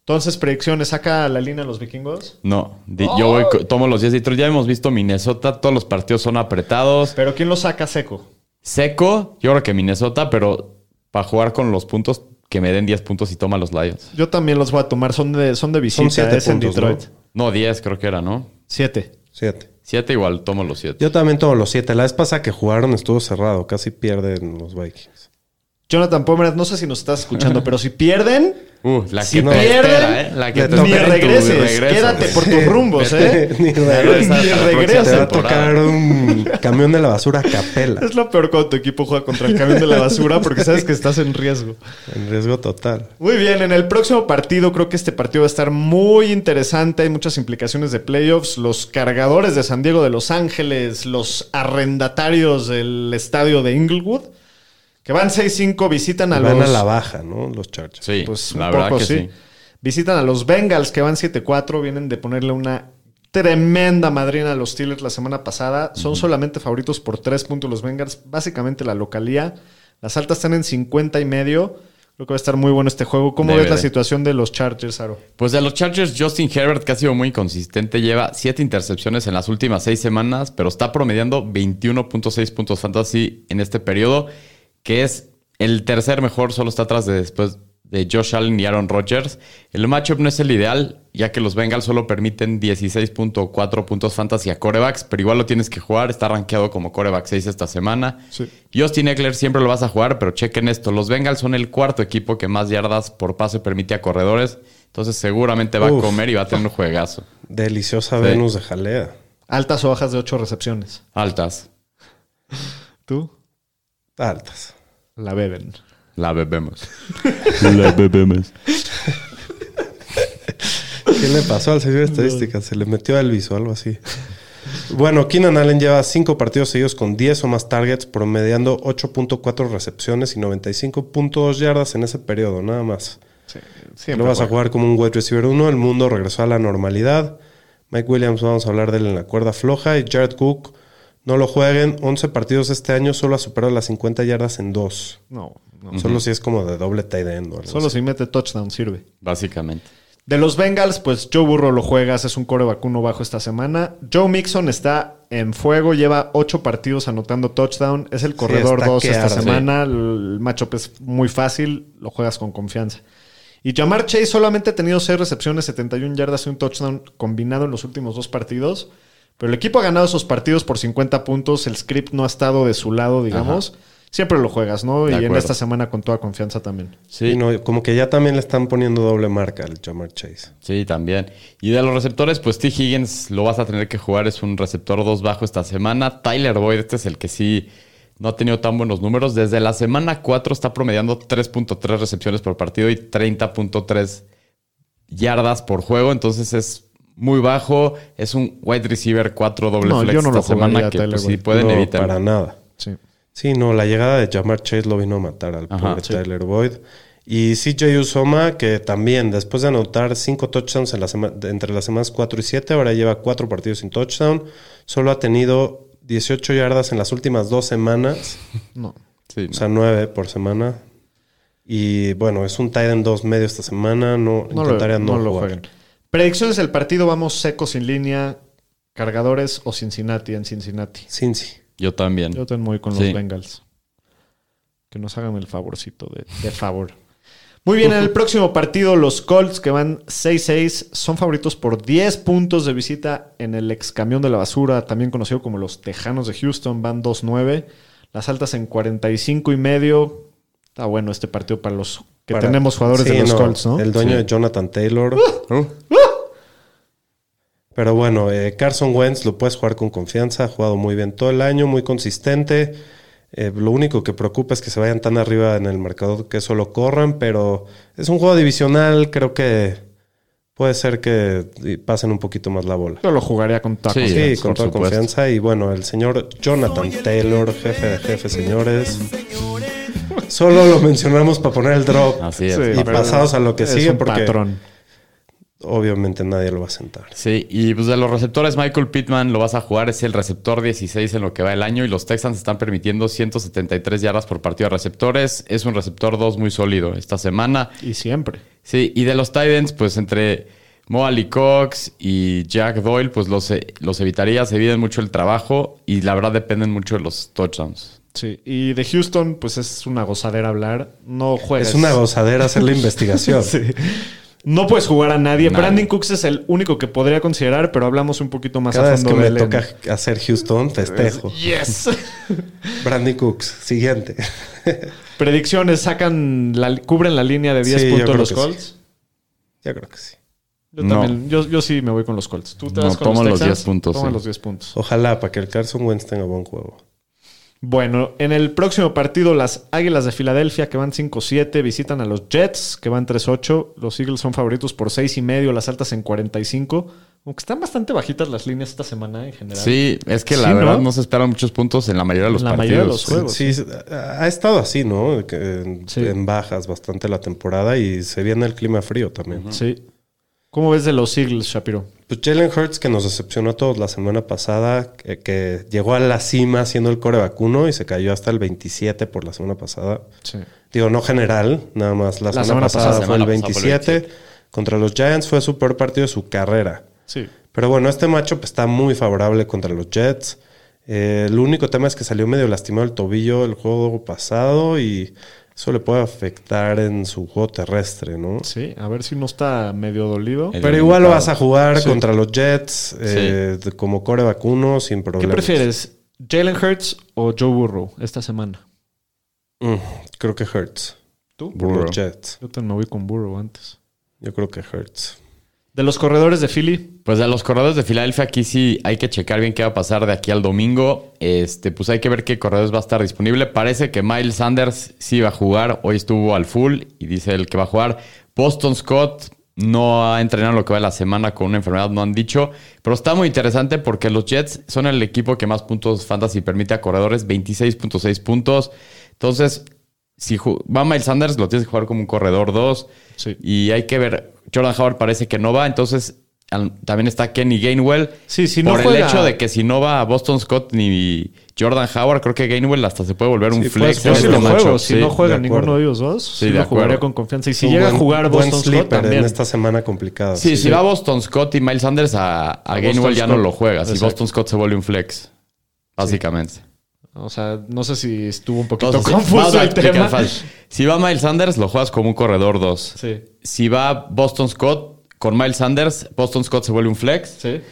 [SPEAKER 1] Entonces, predicciones, saca la línea los vikingos.
[SPEAKER 3] No, di- yo voy co- tomo los 10 litros. Ya hemos visto Minnesota, todos los partidos son apretados.
[SPEAKER 1] Pero ¿quién lo saca seco?
[SPEAKER 3] Seco, yo creo que Minnesota, pero para jugar con los puntos, que me den 10 puntos y toma los Lions.
[SPEAKER 1] Yo también los voy a tomar, son de, son de visita,
[SPEAKER 2] Son siete
[SPEAKER 1] es en
[SPEAKER 2] puntos,
[SPEAKER 1] Detroit.
[SPEAKER 2] ¿no?
[SPEAKER 3] No, 10 creo que era, ¿no?
[SPEAKER 1] Siete.
[SPEAKER 2] Siete.
[SPEAKER 3] 7 igual, tomo los 7.
[SPEAKER 2] Yo también tomo los siete. La vez pasada que jugaron estuvo cerrado. Casi pierden los Vikings.
[SPEAKER 1] Jonathan Pomeranz, no sé si nos estás escuchando, pero si pierden,
[SPEAKER 3] Uh, la
[SPEAKER 1] si
[SPEAKER 3] que te
[SPEAKER 1] pierden,
[SPEAKER 3] espera, ¿eh? La que
[SPEAKER 2] me
[SPEAKER 3] te
[SPEAKER 2] toca
[SPEAKER 1] ni
[SPEAKER 3] espera en tu
[SPEAKER 1] regreses.
[SPEAKER 3] regreso,
[SPEAKER 1] Quédate
[SPEAKER 3] güey.
[SPEAKER 1] por tus rumbos, ¿eh?
[SPEAKER 2] Ni regresas
[SPEAKER 3] regresas
[SPEAKER 1] Ni
[SPEAKER 3] a la próxima
[SPEAKER 1] regresas.
[SPEAKER 2] Te va a
[SPEAKER 3] temporada.
[SPEAKER 2] tocar un camión de la basura a capela.
[SPEAKER 1] Es lo peor cuando tu equipo juega contra el camión de la basura porque sabes que estás en riesgo.
[SPEAKER 2] En riesgo total.
[SPEAKER 1] Muy bien, en el próximo partido creo que este partido va a estar muy interesante. Hay muchas implicaciones de playoffs. Los cargadores de San Diego de Los Ángeles, los arrendatarios del estadio de Inglewood, que van 6-5, visitan a
[SPEAKER 2] Van
[SPEAKER 1] los...
[SPEAKER 2] a la baja, ¿no? Los Chargers.
[SPEAKER 3] Sí,
[SPEAKER 1] Pues un
[SPEAKER 3] la verdad
[SPEAKER 1] poco
[SPEAKER 3] que
[SPEAKER 1] sí.
[SPEAKER 3] sí.
[SPEAKER 1] Visitan a los Bengals que van 7-4, vienen de ponerle una tremenda madrina a los Steelers la semana pasada. Son solamente favoritos por 3 puntos los Bengals, básicamente la localía. Las altas están en 50 y medio. Creo que va a estar muy bueno este juego. ¿Cómo
[SPEAKER 3] Debe
[SPEAKER 1] ves la
[SPEAKER 3] de.
[SPEAKER 1] situación de los Chargers, Aro?
[SPEAKER 3] Pues de los Chargers, Justin Herbert, que ha sido muy inconsistente, lleva 7 intercepciones en las últimas 6 semanas, pero está promediando 21.6 puntos fantasy en este periodo, que es el tercer mejor, solo está atrás de después de Josh Allen y Aaron Rodgers. El matchup no es el ideal, ya que los Bengals solo permiten 16.4 puntos fantasy a corebacks, pero igual lo tienes que jugar, está rankeado como coreback 6 esta semana. Justin Eckler siempre lo vas a jugar, pero chequen esto. Los Bengals son el cuarto equipo que más yardas por pase permite a corredores. Entonces seguramente va
[SPEAKER 2] Uf.
[SPEAKER 3] a comer y va a tener un juegazo.
[SPEAKER 2] Deliciosa
[SPEAKER 3] Sí.
[SPEAKER 2] Venus de jalea.
[SPEAKER 1] Altas o bajas de 8 recepciones.
[SPEAKER 3] Altas.
[SPEAKER 1] ¿Tú?
[SPEAKER 2] Altas.
[SPEAKER 1] La beben.
[SPEAKER 3] La bebemos.
[SPEAKER 2] ¿Qué le pasó al señor de estadística? Se le metió a Elvis o algo así. Bueno, Keenan Allen lleva cinco partidos seguidos con 10 o más targets, promediando 8.4 recepciones y 95.2 yardas en ese periodo, nada más.
[SPEAKER 1] Siempre
[SPEAKER 2] Lo vas a
[SPEAKER 1] juega.
[SPEAKER 2] jugar como un wide receiver 1, el mundo regresó a la normalidad. Mike Williams, vamos a hablar de él en la cuerda floja. Y Jared Cook, no lo jueguen. 11 partidos este año, solo ha superado las 50 yardas en dos.
[SPEAKER 1] No, no.
[SPEAKER 2] Solo si es como de doble tight end
[SPEAKER 3] Pues
[SPEAKER 2] o algo
[SPEAKER 1] Solo
[SPEAKER 2] así.
[SPEAKER 1] si mete touchdown sirve.
[SPEAKER 3] Básicamente.
[SPEAKER 1] De los Bengals, pues Joe Burrow lo juegas, es un core vacuno bajo esta semana. Joe Mixon está en fuego, lleva ocho partidos anotando touchdown, es el corredor
[SPEAKER 2] está
[SPEAKER 1] 2
[SPEAKER 2] que
[SPEAKER 1] esta
[SPEAKER 2] arde.
[SPEAKER 1] semana, el matchup es muy fácil, lo juegas con confianza. Y Jamar Chase solamente ha tenido seis recepciones, 71 yardas y un touchdown combinado en los últimos dos partidos. Pero el equipo ha ganado esos partidos por 50 puntos, el script no ha estado de su lado, digamos. Siempre lo juegas, ¿no?
[SPEAKER 3] De
[SPEAKER 1] y en
[SPEAKER 3] acuerdo.
[SPEAKER 1] esta semana con toda confianza también.
[SPEAKER 3] Sí,
[SPEAKER 2] Y no, como que ya también le están poniendo doble marca al Jamar Chase.
[SPEAKER 3] sí, también. Y de los receptores, pues T. Higgins lo vas a tener que jugar, es un receptor 2 bajo esta semana. Tyler Boyd, este es el que sí no ha tenido tan buenos números. Desde la semana 4 está promediando 3.3 recepciones por partido y 30.3 yardas por juego, entonces es muy bajo. Es un wide receiver 4 doble
[SPEAKER 1] No,
[SPEAKER 3] flex
[SPEAKER 1] yo no lo
[SPEAKER 3] esta semana
[SPEAKER 1] jugaría,
[SPEAKER 3] que
[SPEAKER 1] Tyler
[SPEAKER 3] pues, sí
[SPEAKER 1] Boyd.
[SPEAKER 3] pueden
[SPEAKER 2] No,
[SPEAKER 3] evitar.
[SPEAKER 2] Para nada.
[SPEAKER 1] Sí.
[SPEAKER 2] Sí, no, la llegada de Jamar Chase lo vino a matar al
[SPEAKER 3] Ajá,
[SPEAKER 2] pobre
[SPEAKER 3] sí.
[SPEAKER 2] Tyler Boyd. Y CJ Usoma, que también después de anotar cinco touchdowns en la sema- de- entre las semanas 4 y 7, ahora lleva cuatro partidos sin touchdown. Solo ha tenido 18 yardas en las últimas dos semanas,
[SPEAKER 1] No.
[SPEAKER 3] Sí,
[SPEAKER 2] o sea, 9 por semana. Y bueno, es un tight end 2 medio esta semana. No,
[SPEAKER 1] No lo,
[SPEAKER 2] intentaría no,
[SPEAKER 1] no lo
[SPEAKER 2] jugar.
[SPEAKER 1] jueguen. Predicciones del partido, vamos seco sin línea, cargadores o Cincinnati en Cincinnati.
[SPEAKER 2] Cincy.
[SPEAKER 3] yo también.
[SPEAKER 1] Yo tengo muy con los
[SPEAKER 3] Sí.
[SPEAKER 1] Bengals. Que nos hagan el favorcito de, de favor. Muy bien, en el próximo partido, los Colts que van 6-6 son favoritos por 10 puntos de visita en el ex camión de la basura, también conocido como los Tejanos de Houston, van 2-9. Las altas en 45 y medio. Está bueno este partido para los que
[SPEAKER 2] Para-
[SPEAKER 1] tenemos jugadores
[SPEAKER 2] Sí,
[SPEAKER 1] de los
[SPEAKER 2] no,
[SPEAKER 1] Colts, ¿no? ¡Uh!
[SPEAKER 2] El dueño
[SPEAKER 3] Sí.
[SPEAKER 2] de Jonathan Taylor. Pero bueno, eh, Carson Wentz lo puedes jugar con confianza, ha jugado muy bien todo el año, muy consistente. Eh, lo único que preocupa es que se vayan tan arriba en el mercado que solo corran, pero es un juego divisional, creo que puede ser que eh, pasen un poquito más la bola.
[SPEAKER 1] Yo lo jugaría con tacos.
[SPEAKER 3] Sí,
[SPEAKER 2] Sí,
[SPEAKER 3] por
[SPEAKER 2] con toda
[SPEAKER 3] supuesto.
[SPEAKER 2] confianza. Y bueno, el señor Jonathan Taylor, jefe de jefes, señores. Solo lo mencionamos para poner el drop.
[SPEAKER 3] Así es.
[SPEAKER 1] Sí.
[SPEAKER 2] Y
[SPEAKER 1] pero
[SPEAKER 2] pasados a lo que
[SPEAKER 1] es
[SPEAKER 2] sigue,
[SPEAKER 1] un
[SPEAKER 2] porque
[SPEAKER 1] patrón.
[SPEAKER 2] obviamente nadie lo va a sentar.
[SPEAKER 3] Sí, y pues de los receptores, Michael Pittman lo vas a jugar, es el receptor 16 en lo que va el año y los Texans están permitiendo 173 yardas por partido a receptores. Es un receptor 2 muy sólido esta semana.
[SPEAKER 1] Y siempre.
[SPEAKER 3] Sí, y de los Titans, pues entre Moali Cox y Jack Doyle, pues los, eh, los evitarías, eviten mucho el trabajo y la verdad dependen mucho de los touchdowns.
[SPEAKER 1] Sí. Y de Houston, pues es una gozadera hablar. No juegas.
[SPEAKER 2] Es una gozadera hacer la investigación.
[SPEAKER 1] Pues Sí. No puedes jugar a nadie.
[SPEAKER 3] Nadie.
[SPEAKER 1] Brandon Cooks es el único que podría considerar, pero hablamos un poquito más
[SPEAKER 2] Cada
[SPEAKER 1] a
[SPEAKER 2] vez
[SPEAKER 1] fondo
[SPEAKER 2] que me
[SPEAKER 1] de él en-
[SPEAKER 2] toca hacer Houston, festejo.
[SPEAKER 1] Yes.
[SPEAKER 2] Brandy Cooks, siguiente.
[SPEAKER 1] Predicciones sacan la, cubren la línea de 10
[SPEAKER 2] Sí, yo
[SPEAKER 1] puntos
[SPEAKER 2] creo
[SPEAKER 1] los
[SPEAKER 2] que
[SPEAKER 1] Colts.
[SPEAKER 2] Yo creo que sí.
[SPEAKER 1] Yo
[SPEAKER 3] No.
[SPEAKER 1] también, yo, yo sí me voy con los Colts. Tú te
[SPEAKER 3] No,
[SPEAKER 1] vas con
[SPEAKER 3] toma los
[SPEAKER 1] Texans?
[SPEAKER 3] 10 puntos,
[SPEAKER 1] Toma
[SPEAKER 3] sí.
[SPEAKER 1] los 10 puntos.
[SPEAKER 2] Ojalá para que el Carson Wentz tenga buen juego.
[SPEAKER 1] Bueno, en el próximo partido, las Águilas de Filadelfia, que van 5-7, visitan a los Jets, que van 3-8. Los Eagles son favoritos por 6,5, las altas en 45. Aunque están bastante bajitas las líneas esta semana en general.
[SPEAKER 3] Sí, es que la
[SPEAKER 1] Sí, ¿no?
[SPEAKER 3] verdad ¿no? se esperan muchos puntos en la mayoría de los
[SPEAKER 1] En la
[SPEAKER 3] partidos.
[SPEAKER 1] mayoría de los juegos.
[SPEAKER 2] Sí, sí, ha estado así, ¿no? Que En,
[SPEAKER 1] Sí.
[SPEAKER 2] en bajas bastante la temporada y se viene el clima frío también.
[SPEAKER 1] Sí. ¿Cómo ves de los Eagles, Shapiro?
[SPEAKER 2] Pues Jalen Hurts, que nos decepcionó a todos la semana pasada, que, que llegó a la cima siendo el core vacuno y se cayó hasta el 27 por la semana pasada.
[SPEAKER 1] Sí.
[SPEAKER 2] Digo, no general, nada más. La, semana, pasada,
[SPEAKER 3] pasada.
[SPEAKER 2] fue el
[SPEAKER 3] La semana pasada fue el
[SPEAKER 2] 27. Contra los Giants fue su peor partido de su carrera.
[SPEAKER 1] Sí.
[SPEAKER 2] Pero bueno, este matchup está muy favorable contra los Jets. Eh, el único tema es que salió medio lastimado el tobillo el juego pasado y eso le puede afectar en su juego terrestre, ¿no?
[SPEAKER 1] Sí, a ver si no está medio dolido.
[SPEAKER 3] El
[SPEAKER 2] Pero igual lo
[SPEAKER 3] limitado.
[SPEAKER 2] vas a jugar contra los Jets eh, de- como core vacuno sin
[SPEAKER 1] ¿Qué
[SPEAKER 2] problemas.
[SPEAKER 1] prefieres, Jalen Hurts o Joe Burrow esta semana?
[SPEAKER 2] Mm, creo que Hurts.
[SPEAKER 1] ¿Tú?
[SPEAKER 2] Por
[SPEAKER 3] Burrow.
[SPEAKER 2] los Jets.
[SPEAKER 1] Yo te me voy con Burrow antes.
[SPEAKER 2] Yo creo que Hurts.
[SPEAKER 1] De los corredores de Philly,
[SPEAKER 3] Pues a los corredores de Filadelfia aquí sí hay que checar bien qué va a pasar de aquí al domingo. Este, pues hay que ver qué corredores va a estar disponible. Parece que Miles Sanders sí va a jugar. Hoy estuvo al full y dice el que va a jugar. Boston Scott No ha entrenado lo que va de la semana con una enfermedad, no han dicho. Pero está muy interesante porque los Jets son el equipo que más puntos fantasy permite a corredores, 26.6 puntos. Entonces, si ju- va Miles Sanders, lo tienes que jugar como un corredor 2.
[SPEAKER 1] Sí.
[SPEAKER 3] Y hay que ver, Jordan Howard parece que no va, entonces al- también está Kenny Gainwell.
[SPEAKER 1] Sí, si no
[SPEAKER 3] Por el
[SPEAKER 1] juega-
[SPEAKER 3] hecho de que si no va Boston Scott ni Jordan Howard, creo que Gainwell hasta se puede volver un
[SPEAKER 2] Sí,
[SPEAKER 3] flex.
[SPEAKER 2] pues,
[SPEAKER 1] Yo
[SPEAKER 3] en
[SPEAKER 2] Ese
[SPEAKER 1] sí
[SPEAKER 2] es
[SPEAKER 1] lo
[SPEAKER 2] el
[SPEAKER 3] este
[SPEAKER 1] juego.
[SPEAKER 3] matchup,
[SPEAKER 1] si
[SPEAKER 3] sí.
[SPEAKER 1] no juega
[SPEAKER 2] de
[SPEAKER 1] ninguno
[SPEAKER 2] acuerdo.
[SPEAKER 1] de ellos dos,
[SPEAKER 3] Sí,
[SPEAKER 1] sí,
[SPEAKER 3] de
[SPEAKER 1] lo jugaría
[SPEAKER 3] acuerdo.
[SPEAKER 1] con confianza. Y si
[SPEAKER 2] Un
[SPEAKER 1] llega
[SPEAKER 2] buen-
[SPEAKER 1] a jugar
[SPEAKER 2] buen
[SPEAKER 1] Boston Scott
[SPEAKER 2] sleeper
[SPEAKER 1] también.
[SPEAKER 2] en este. esta semana complicada.
[SPEAKER 3] Sí, si va Boston Scott y Miles Sanders a, a Gainwell
[SPEAKER 1] Boston
[SPEAKER 3] ya no
[SPEAKER 1] Scott.
[SPEAKER 3] lo juegas. Si
[SPEAKER 1] Exacto.
[SPEAKER 3] Boston Scott se vuelve un flex, básicamente.
[SPEAKER 1] O sea, no sé si estuvo un poquito
[SPEAKER 3] Entonces, sí, vamos
[SPEAKER 1] confuso
[SPEAKER 3] a
[SPEAKER 1] el
[SPEAKER 3] explicar
[SPEAKER 1] tema.
[SPEAKER 3] fácil. Si va Miles Sanders, lo juegas como un corredor 2.
[SPEAKER 1] Sí,
[SPEAKER 3] Si va Boston Scott con Miles Sanders, Boston Scott se vuelve un flex.
[SPEAKER 1] sí.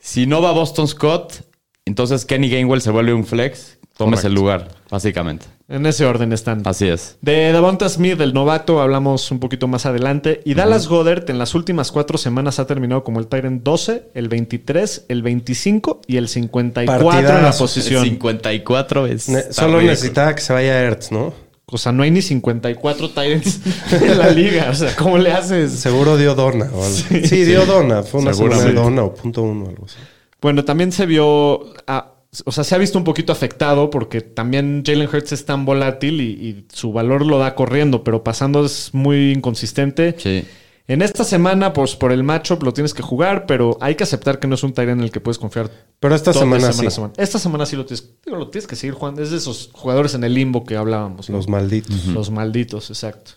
[SPEAKER 3] Si no va Boston Scott, entonces Kenny Gainwell se vuelve un flex. Tomes
[SPEAKER 1] Correcto.
[SPEAKER 3] el lugar, básicamente.
[SPEAKER 1] En ese orden están.
[SPEAKER 3] Así es.
[SPEAKER 1] De Davonta Smith, el novato, hablamos un poquito más adelante. Y Dallas Goddard en las últimas cuatro semanas ha terminado como el Tyrant 12, el 23, el 25 y el 54 en la
[SPEAKER 2] Partidazo.
[SPEAKER 1] posición.
[SPEAKER 3] 54 es.
[SPEAKER 2] Ne-
[SPEAKER 3] está
[SPEAKER 2] solo
[SPEAKER 3] ridículo.
[SPEAKER 2] necesitaba que se vaya Ertz, ¿no?
[SPEAKER 1] O sea, no hay ni 54 Tyrants en la liga. O sea, ¿cómo le haces?
[SPEAKER 2] Seguro dio Dona. o algo. Sí, dio Dona. Fue una semana de
[SPEAKER 3] Seguramente.
[SPEAKER 2] Dona o punto uno algo así.
[SPEAKER 1] Bueno, también se vio. ah, o sea, se ha visto un poquito afectado porque también Jalen Hurts es tan volátil y, y su valor lo da corriendo, pero pasando es muy inconsistente.
[SPEAKER 3] Sí.
[SPEAKER 1] En esta semana, pues por el matchup lo tienes que jugar, pero hay que aceptar que no es un Tyrant en el que puedes confiar.
[SPEAKER 2] Pero esta
[SPEAKER 1] toda
[SPEAKER 2] semana
[SPEAKER 1] semana,
[SPEAKER 2] sí.
[SPEAKER 1] semana. Esta semana sí lo tienes, digo, lo tienes que seguir jugando. Es de esos jugadores en el limbo que hablábamos. ¿no?
[SPEAKER 2] Los malditos.
[SPEAKER 1] Los malditos, exacto.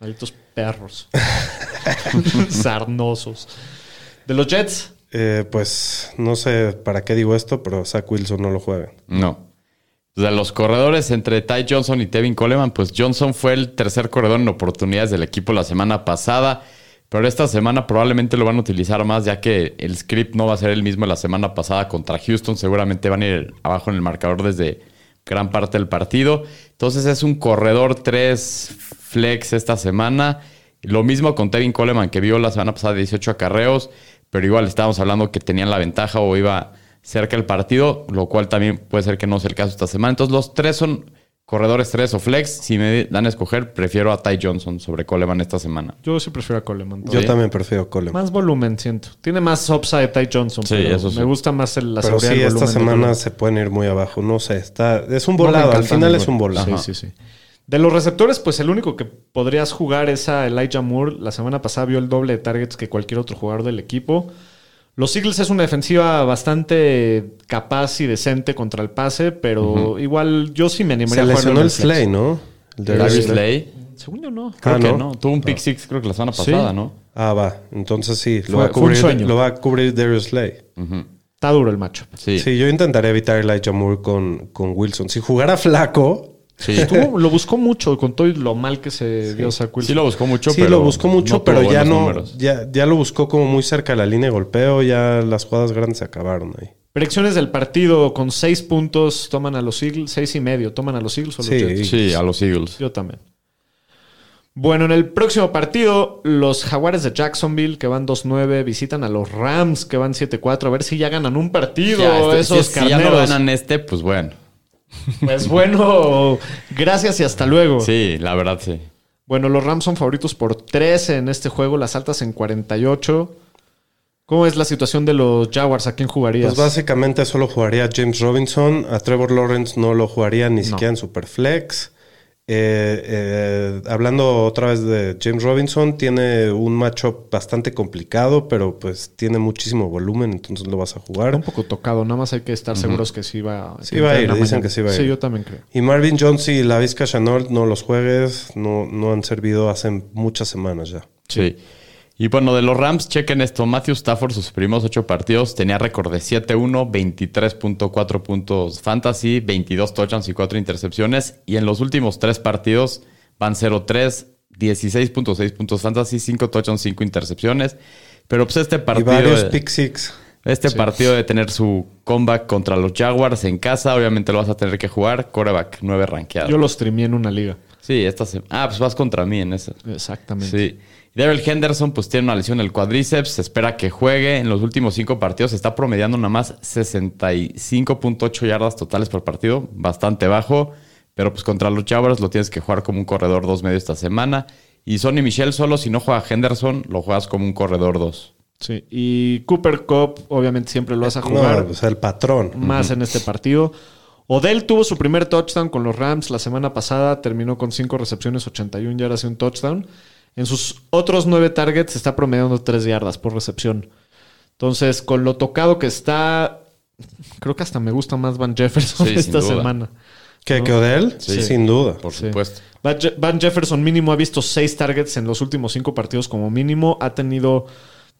[SPEAKER 1] Malditos perros. Sarnosos. De los Jets.
[SPEAKER 2] Eh, pues no sé para qué digo esto, pero Zach Wilson no lo juega.
[SPEAKER 3] No. De los corredores entre Ty Johnson y Tevin Coleman, pues Johnson fue el tercer corredor en oportunidades del equipo la semana pasada, pero esta semana probablemente lo van a utilizar más, ya que el script no va a ser el mismo de la semana pasada contra Houston. Seguramente van a ir abajo en el marcador desde gran parte del partido. Entonces es un corredor 3 flex esta semana. Lo mismo con Tevin Coleman, que vio la semana pasada 18 acarreos, pero igual estábamos hablando que tenían la ventaja o iba cerca el partido, lo cual también puede ser que no sea el caso esta semana. Entonces, los tres son corredores tres o flex. Si me dan a escoger, prefiero a Ty Johnson sobre Coleman esta semana.
[SPEAKER 1] Yo sí prefiero a Coleman.
[SPEAKER 2] Yo también prefiero Coleman.
[SPEAKER 1] Más volumen, siento. Tiene más upside Ty Johnson.
[SPEAKER 3] Sí,
[SPEAKER 1] pero
[SPEAKER 3] eso sí.
[SPEAKER 1] Me gusta más el, la
[SPEAKER 2] Pero
[SPEAKER 1] seguridad
[SPEAKER 2] sí,
[SPEAKER 1] del
[SPEAKER 2] esta
[SPEAKER 1] volumen de
[SPEAKER 2] semana
[SPEAKER 1] Coleman.
[SPEAKER 2] se pueden ir muy abajo. No sé, está. Es un
[SPEAKER 1] No me
[SPEAKER 2] volado. Al
[SPEAKER 1] encanta
[SPEAKER 2] final
[SPEAKER 1] mi
[SPEAKER 2] es un volado.
[SPEAKER 1] Sí,
[SPEAKER 2] Ajá.
[SPEAKER 1] sí, sí. De los receptores, pues el único que podrías jugar es a Elijah Moore. La semana pasada vio el doble de targets que cualquier otro jugador del equipo. Los Eagles es una defensiva bastante capaz y decente contra el pase, pero igual yo sí me animaría
[SPEAKER 2] Se
[SPEAKER 1] a jugar
[SPEAKER 2] lesionó el Slay, ¿no? El de
[SPEAKER 3] Darius
[SPEAKER 2] Slay.
[SPEAKER 3] Slay,
[SPEAKER 1] Según yo no.
[SPEAKER 3] creo
[SPEAKER 2] Ah,
[SPEAKER 3] que
[SPEAKER 2] ¿no?
[SPEAKER 3] no. Tuvo un pick six, creo que la semana
[SPEAKER 1] Sí.
[SPEAKER 3] pasada, ¿no?
[SPEAKER 2] Ah, va. Entonces sí,
[SPEAKER 1] Fue-
[SPEAKER 2] lo va a
[SPEAKER 1] fue un
[SPEAKER 2] cubrir,
[SPEAKER 1] sueño.
[SPEAKER 2] lo va a cubrir Darius Slay.
[SPEAKER 1] Está duro el macho.
[SPEAKER 3] Sí.
[SPEAKER 2] Sí, yo intentaré evitar el Elijah Moore con, con Wilson. Si jugara flaco,
[SPEAKER 3] Sí.
[SPEAKER 1] Estuvo- lo buscó mucho con todo y lo mal que se dio Zach Wilson.
[SPEAKER 3] Sí lo buscó mucho,
[SPEAKER 2] pues sí
[SPEAKER 3] pero
[SPEAKER 2] lo buscó mucho,
[SPEAKER 3] no tuvo
[SPEAKER 2] pero ya
[SPEAKER 3] buenos
[SPEAKER 2] no,
[SPEAKER 3] números.
[SPEAKER 2] ya, ya lo buscó como muy cerca de la línea de golpeo, ya las jugadas grandes se acabaron ahí.
[SPEAKER 1] Predicciones del partido con seis puntos toman a los Eagles, seis y medio toman a los Eagles o los
[SPEAKER 2] Sí.
[SPEAKER 1] Jets.
[SPEAKER 3] Sí, a los Eagles.
[SPEAKER 1] Yo también. Bueno, en el próximo partido, los Jaguares de Jacksonville, que van 2-9, visitan a los Rams, que van 7-4. A ver si ya ganan un partido
[SPEAKER 3] Ya, este-
[SPEAKER 1] esos
[SPEAKER 3] si, si ya
[SPEAKER 1] carneros.
[SPEAKER 3] no ganan este, pues bueno.
[SPEAKER 1] Pues bueno, gracias y hasta luego.
[SPEAKER 3] Sí, la verdad, sí.
[SPEAKER 1] Bueno, los Rams son favoritos por 13 en este juego, las altas en 48. ¿Cómo es la situación de los Jaguars? ¿A quién jugarías?
[SPEAKER 2] Pues básicamente solo jugaría a James Robinson, a Trevor Lawrence no lo jugaría ni siquiera en Superflex. Eh, eh, hablando otra vez de James Robinson, tiene un matchup bastante complicado, pero pues tiene muchísimo volumen, entonces lo vas a jugar.
[SPEAKER 1] Está un poco tocado, nada más hay que estar seguros que sí va
[SPEAKER 2] Sí va a
[SPEAKER 1] entrena
[SPEAKER 2] ir, dicen
[SPEAKER 1] mañana.
[SPEAKER 2] que sí va a
[SPEAKER 1] Sí,
[SPEAKER 2] ir.
[SPEAKER 1] yo también creo.
[SPEAKER 2] Y Marvin Jones y la Vizca Chanol no los juegues, no, no han servido hace muchas semanas ya.
[SPEAKER 3] Sí. Y bueno, de los Rams, chequen esto. Matthew Stafford, sus primeros ocho partidos, tenía récord de 7-1, 23.4 puntos fantasy, 22 touchdowns y 4 intercepciones. Y en los últimos tres partidos van 0-3, 16.6 puntos fantasy, 5 touchdowns, 5 intercepciones. Pero pues este partido...
[SPEAKER 2] y varios
[SPEAKER 3] eh,
[SPEAKER 2] pick six.
[SPEAKER 3] este partido de tener su comeback contra los Jaguars en casa, obviamente lo vas a tener que jugar. Coreback, 9 rankeado.
[SPEAKER 1] Yo los streameé en una liga.
[SPEAKER 3] Sí, esta se- Ah, pues vas contra mí en esa.
[SPEAKER 1] Exactamente.
[SPEAKER 3] Sí. Daryl Henderson pues tiene una lesión en el cuádriceps, se espera que juegue. En los últimos cinco partidos está promediando nada más 65.8 yardas totales por partido, bastante bajo. Pero pues contra los Jaguars lo tienes que jugar como un corredor dos medio esta semana. Y Sonny Michel solo si no juega Henderson, lo juegas como un corredor 2.
[SPEAKER 1] Sí, y Cooper Cup, obviamente, siempre lo vas a jugar
[SPEAKER 2] No, pues, o sea, el patrón.
[SPEAKER 1] más en este partido. Odell tuvo su primer touchdown con los Rams la semana pasada, terminó con 5 recepciones, 81 yardas y un touchdown. En sus otros 9 targets está promediando 3 yardas por recepción. Entonces, con lo tocado que está, creo que hasta me gusta más Van Jefferson
[SPEAKER 3] Sí, sin
[SPEAKER 1] esta
[SPEAKER 3] duda.
[SPEAKER 1] semana.
[SPEAKER 2] ¿Qué,
[SPEAKER 1] No.
[SPEAKER 2] que Odell?
[SPEAKER 3] Sí.
[SPEAKER 2] Sin duda.
[SPEAKER 3] Por
[SPEAKER 1] Sí.
[SPEAKER 3] supuesto.
[SPEAKER 1] Van Je- Van Jefferson mínimo ha visto 6 targets en los últimos 5 partidos como mínimo, ha tenido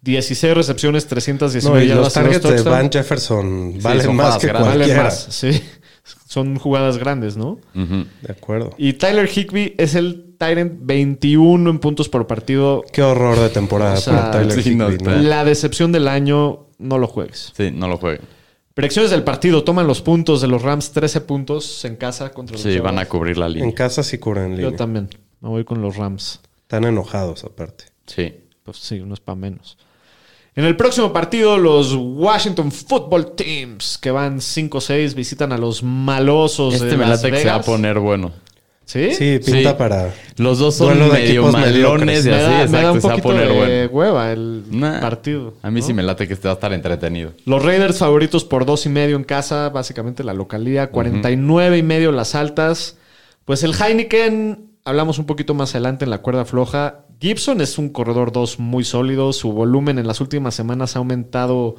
[SPEAKER 1] 16 recepciones, 319
[SPEAKER 2] No, y
[SPEAKER 1] yardas y
[SPEAKER 2] los
[SPEAKER 1] dos
[SPEAKER 2] targets de
[SPEAKER 1] touchdowns.
[SPEAKER 2] Van Jefferson valen
[SPEAKER 3] son
[SPEAKER 2] más
[SPEAKER 3] jugadas
[SPEAKER 2] que
[SPEAKER 3] grandes.
[SPEAKER 2] cualquiera.
[SPEAKER 1] Valen más, sí. Son jugadas grandes, ¿no?
[SPEAKER 3] Ujú.
[SPEAKER 2] De acuerdo.
[SPEAKER 1] Y Tyler Higby es el Tyrant 21 en puntos por partido.
[SPEAKER 2] Qué horror de temporada
[SPEAKER 1] O sea,
[SPEAKER 2] para Tyler
[SPEAKER 3] sí, no,
[SPEAKER 2] Higbee, ¿no?
[SPEAKER 3] está-
[SPEAKER 1] La decepción del año, no lo juegues.
[SPEAKER 3] Sí, no lo jueguen.
[SPEAKER 1] Predicciones del partido, toman los puntos de los Rams, 13 puntos en casa contra los
[SPEAKER 3] Sí, van a
[SPEAKER 1] Jaguars.
[SPEAKER 3] cubrir la
[SPEAKER 2] En
[SPEAKER 3] línea.
[SPEAKER 2] casa sí cubren
[SPEAKER 1] Yo
[SPEAKER 2] línea.
[SPEAKER 1] también, me voy con los Rams.
[SPEAKER 2] Están enojados aparte.
[SPEAKER 3] Sí.
[SPEAKER 1] Pues sí, no es para menos. En el próximo partido, los Washington Football Teams, que van 5-6, visitan a los malosos
[SPEAKER 3] Este
[SPEAKER 1] de
[SPEAKER 3] me
[SPEAKER 1] Las
[SPEAKER 3] late que se va a
[SPEAKER 1] Vegas.
[SPEAKER 3] poner bueno.
[SPEAKER 1] ¿Sí?
[SPEAKER 2] Sí, pinta
[SPEAKER 3] Sí.
[SPEAKER 2] para...
[SPEAKER 3] Los dos son
[SPEAKER 2] Duelo de
[SPEAKER 3] medio
[SPEAKER 2] equipos
[SPEAKER 3] malones
[SPEAKER 2] mediocres.
[SPEAKER 3] y
[SPEAKER 1] me,
[SPEAKER 3] así,
[SPEAKER 1] da, me da
[SPEAKER 3] exacto,
[SPEAKER 1] un
[SPEAKER 3] se va a
[SPEAKER 1] poquito
[SPEAKER 3] poner
[SPEAKER 1] de
[SPEAKER 3] bueno.
[SPEAKER 1] hueva el
[SPEAKER 3] Nah,
[SPEAKER 1] partido.
[SPEAKER 3] A mí
[SPEAKER 1] ¿no?
[SPEAKER 3] sí me late que este va a estar entretenido.
[SPEAKER 1] Los Raiders favoritos por dos y medio en casa, básicamente la localía, 49 y medio las altas. Pues el Heineken, hablamos un poquito más adelante en la cuerda floja. Gibson es un corredor 2 muy sólido, su volumen en las últimas semanas ha aumentado